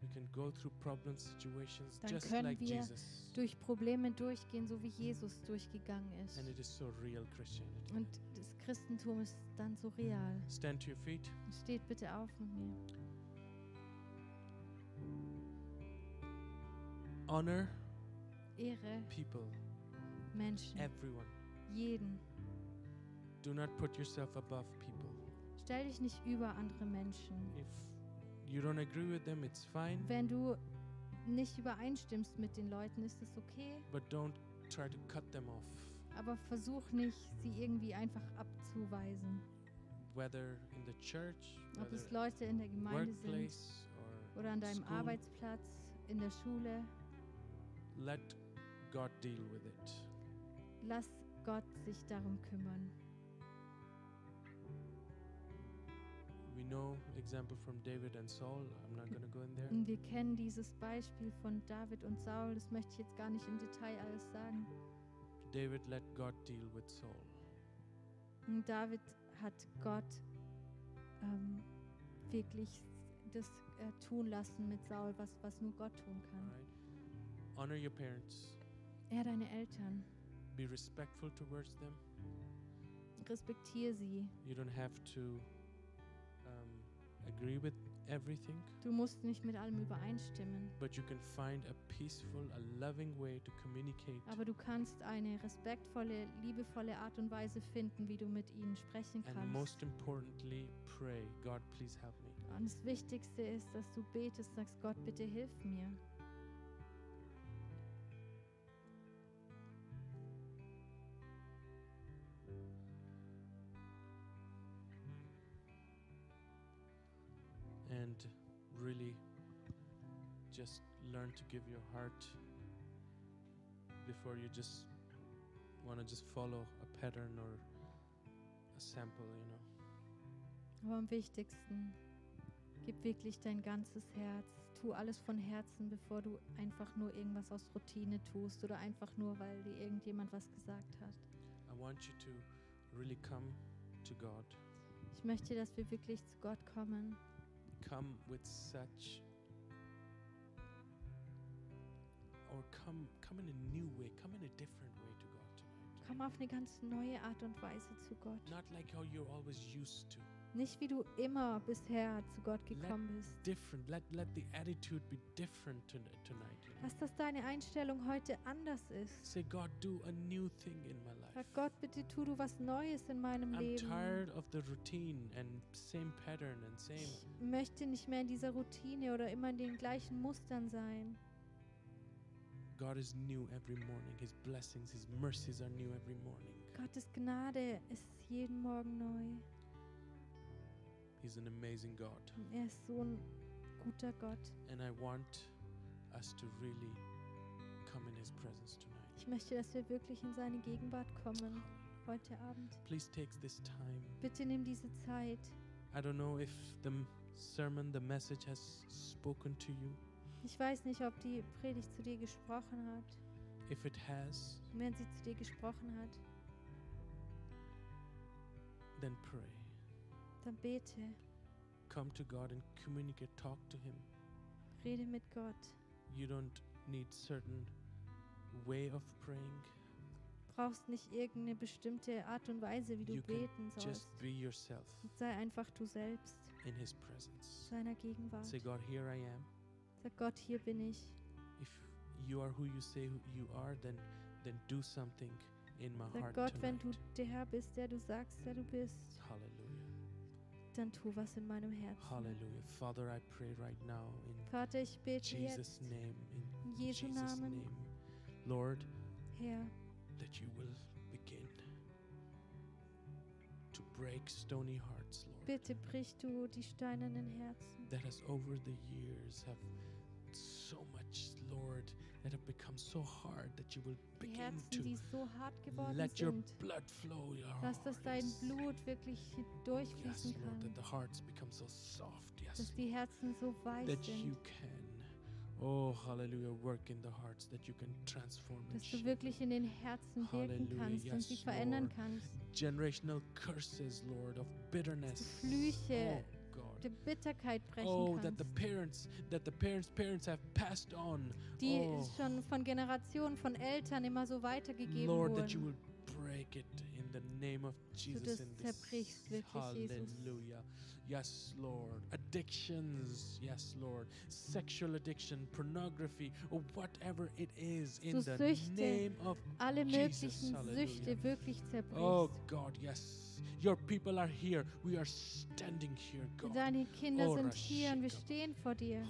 [SPEAKER 1] We can go through problem situations
[SPEAKER 2] Dann
[SPEAKER 1] just
[SPEAKER 2] können
[SPEAKER 1] like
[SPEAKER 2] wir
[SPEAKER 1] Jesus.
[SPEAKER 2] Durch Probleme durchgehen, so wie Jesus durchgegangen ist.
[SPEAKER 1] And it is so real, Christianity.
[SPEAKER 2] Und das Christentum ist dann so real.
[SPEAKER 1] Stand to your feet.
[SPEAKER 2] Steht bitte auf mit mir.
[SPEAKER 1] Honor
[SPEAKER 2] Ehre
[SPEAKER 1] people,
[SPEAKER 2] Menschen,
[SPEAKER 1] everyone.
[SPEAKER 2] jeden.
[SPEAKER 1] Do not put yourself above people.
[SPEAKER 2] Stell dich nicht über andere Menschen.
[SPEAKER 1] If you don't agree with them, it's fine.
[SPEAKER 2] Wenn du nicht übereinstimmst mit den Leuten, ist es okay,
[SPEAKER 1] But don't try to cut them off.
[SPEAKER 2] aber versuch nicht, sie irgendwie einfach abzuweisen.
[SPEAKER 1] whether in the church,
[SPEAKER 2] Ob
[SPEAKER 1] whether
[SPEAKER 2] es Leute in der Gemeinde sind
[SPEAKER 1] Äh, workplace, or
[SPEAKER 2] oder an deinem
[SPEAKER 1] school.
[SPEAKER 2] Arbeitsplatz, in der Schule,
[SPEAKER 1] let God deal with it.
[SPEAKER 2] lass Gott sich darum kümmern.
[SPEAKER 1] We know example from David and Saul. I'm not going to go in there.
[SPEAKER 2] Und wir kennen dieses Beispiel von David und Saul, das möchte ich jetzt gar nicht im Detail alles sagen.
[SPEAKER 1] David let God deal with Saul.
[SPEAKER 2] Und David hat Gott ähm, wirklich das äh, tun lassen mit Saul, was, was nur Gott tun
[SPEAKER 1] All
[SPEAKER 2] kann.
[SPEAKER 1] right. Honor your parents.
[SPEAKER 2] Er deine Eltern,
[SPEAKER 1] Be respectful towards them.
[SPEAKER 2] respektiere sie.
[SPEAKER 1] You don't have to um, agree with everything,
[SPEAKER 2] Du musst nicht mit allem übereinstimmen,
[SPEAKER 1] but you can find a peaceful, a loving way to communicate.
[SPEAKER 2] aber du kannst eine respektvolle, liebevolle Art und Weise finden, wie du mit ihnen sprechen
[SPEAKER 1] And most
[SPEAKER 2] kannst.
[SPEAKER 1] importantly, pray. God, please help me.
[SPEAKER 2] Und das Wichtigste ist, dass du betest, sagst Gott, bitte hilf mir.
[SPEAKER 1] and really just learn to give your heart before you just want to just follow a pattern or a sample you know
[SPEAKER 2] Aber am wichtigsten, gib wirklich dein ganzes Herz. Tu alles von Herzen, bevor du einfach nur irgendwas aus Routine tust oder einfach nur, weil dir irgendjemand was gesagt hat.
[SPEAKER 1] i want you to really come to god
[SPEAKER 2] Ich möchte, dass wir wirklich zu Gott kommen,
[SPEAKER 1] come with such or come come in a new way come in a different way to god tonight
[SPEAKER 2] Komm auf eine ganz neue Art und Weise zu Gott.
[SPEAKER 1] not like how you're always used to
[SPEAKER 2] Nicht wie du immer bisher zu Gott gekommen bist.
[SPEAKER 1] different let let the attitude be different ton- tonight you know?
[SPEAKER 2] Lass, dass deine Einstellung heute anders ist.
[SPEAKER 1] Say, God, do a new thing in my life.
[SPEAKER 2] Sag Gott, bitte tu du was Neues in meinem
[SPEAKER 1] I'm
[SPEAKER 2] Leben.
[SPEAKER 1] tired of the routine and same pattern and same.
[SPEAKER 2] Ich möchte nicht mehr in dieser Routine oder immer in den gleichen Mustern sein.
[SPEAKER 1] God is new every morning. His blessings, His mercies are new every morning.
[SPEAKER 2] Gottes Gnade ist jeden Morgen neu.
[SPEAKER 1] He's an amazing God.
[SPEAKER 2] Und er ist so ein guter Gott.
[SPEAKER 1] And I want us to really come in His presence tonight.
[SPEAKER 2] Ich möchte, dass wir wirklich in seine Gegenwart kommen heute Abend.
[SPEAKER 1] Please take this time.
[SPEAKER 2] Bitte nimm diese Zeit.
[SPEAKER 1] I don't know if the m- sermon, the message has spoken to you.
[SPEAKER 2] Ich weiß nicht, ob die Predigt zu dir gesprochen hat.
[SPEAKER 1] If it has,
[SPEAKER 2] Und wenn sie zu dir gesprochen hat,
[SPEAKER 1] then pray.
[SPEAKER 2] dann bete.
[SPEAKER 1] Come to God and communicate, talk to Him.
[SPEAKER 2] Rede mit Gott.
[SPEAKER 1] you don't need certain way of praying
[SPEAKER 2] Brauchst nicht irgendeine bestimmte Art und Weise, wie du
[SPEAKER 1] You can
[SPEAKER 2] beten sollst.
[SPEAKER 1] just be yourself
[SPEAKER 2] Sei einfach du selbst
[SPEAKER 1] in his presence
[SPEAKER 2] seiner Gegenwart.
[SPEAKER 1] say god here i am
[SPEAKER 2] Sag Gott, hier bin ich.
[SPEAKER 1] if you are who you say who you are then then do something in my
[SPEAKER 2] Sag
[SPEAKER 1] heart
[SPEAKER 2] Gott, wenn
[SPEAKER 1] tonight
[SPEAKER 2] du der bist, der du sagst, der du bist.
[SPEAKER 1] hallelujah
[SPEAKER 2] dann tu was in meinem Herzen.
[SPEAKER 1] hallelujah father i pray right now in
[SPEAKER 2] Vater, ich bete
[SPEAKER 1] jesus
[SPEAKER 2] jetzt
[SPEAKER 1] name in
[SPEAKER 2] in In
[SPEAKER 1] In
[SPEAKER 2] Jesu
[SPEAKER 1] Jesus'
[SPEAKER 2] Namen,
[SPEAKER 1] name, Lord,
[SPEAKER 2] Herr,
[SPEAKER 1] that you will begin to break stony hearts, Lord.
[SPEAKER 2] bitte brich du die steinernen Herzen,
[SPEAKER 1] that has over the years have so much, Lord, that have become so hard that you will
[SPEAKER 2] die
[SPEAKER 1] begin
[SPEAKER 2] Herzen, die
[SPEAKER 1] to
[SPEAKER 2] so hart geworden
[SPEAKER 1] let your
[SPEAKER 2] sind.
[SPEAKER 1] blood flow. Your
[SPEAKER 2] Lass, dass dein
[SPEAKER 1] yes.
[SPEAKER 2] Blut wirklich
[SPEAKER 1] yes,
[SPEAKER 2] durchfließen
[SPEAKER 1] Lord, that
[SPEAKER 2] kann,
[SPEAKER 1] the hearts become so soft, yes,
[SPEAKER 2] dass die Herzen so weich
[SPEAKER 1] that
[SPEAKER 2] sind,
[SPEAKER 1] you can. Oh, hallelujah, work in the hearts that you can transform and
[SPEAKER 2] dass du
[SPEAKER 1] shape.
[SPEAKER 2] wirklich in den Herzen wirken
[SPEAKER 1] Halleluja,
[SPEAKER 2] kannst und
[SPEAKER 1] yes,
[SPEAKER 2] sie verändern
[SPEAKER 1] Lord.
[SPEAKER 2] kannst.
[SPEAKER 1] generational curses, Lord, of bitterness.
[SPEAKER 2] Flüche
[SPEAKER 1] oh, God.
[SPEAKER 2] Die Bitterkeit brechen
[SPEAKER 1] Oh, that the
[SPEAKER 2] kannst,
[SPEAKER 1] parents, that the parents' parents have passed on.
[SPEAKER 2] die
[SPEAKER 1] oh.
[SPEAKER 2] schon von Generationen von Eltern immer so weitergegeben
[SPEAKER 1] Lord, that you
[SPEAKER 2] wurden.
[SPEAKER 1] will break it in the name of Jesus
[SPEAKER 2] das
[SPEAKER 1] in this.
[SPEAKER 2] zerbrichst wirklich, Jesus.
[SPEAKER 1] Hallelujah. Yes, Lord. Addictions, yes, Lord. Sexual addiction, pornography, or whatever it is in
[SPEAKER 2] So
[SPEAKER 1] the
[SPEAKER 2] Süchte,
[SPEAKER 1] name of
[SPEAKER 2] Alle
[SPEAKER 1] Jesus,
[SPEAKER 2] möglichen
[SPEAKER 1] Halleluja.
[SPEAKER 2] Süchte wirklich
[SPEAKER 1] Oh
[SPEAKER 2] zerbrichst.
[SPEAKER 1] God, yes. Your people are here. We are standing here, God.
[SPEAKER 2] Deine Kinder
[SPEAKER 1] Oh,
[SPEAKER 2] sind hier und wir
[SPEAKER 1] Rashika.
[SPEAKER 2] stehen vor dir.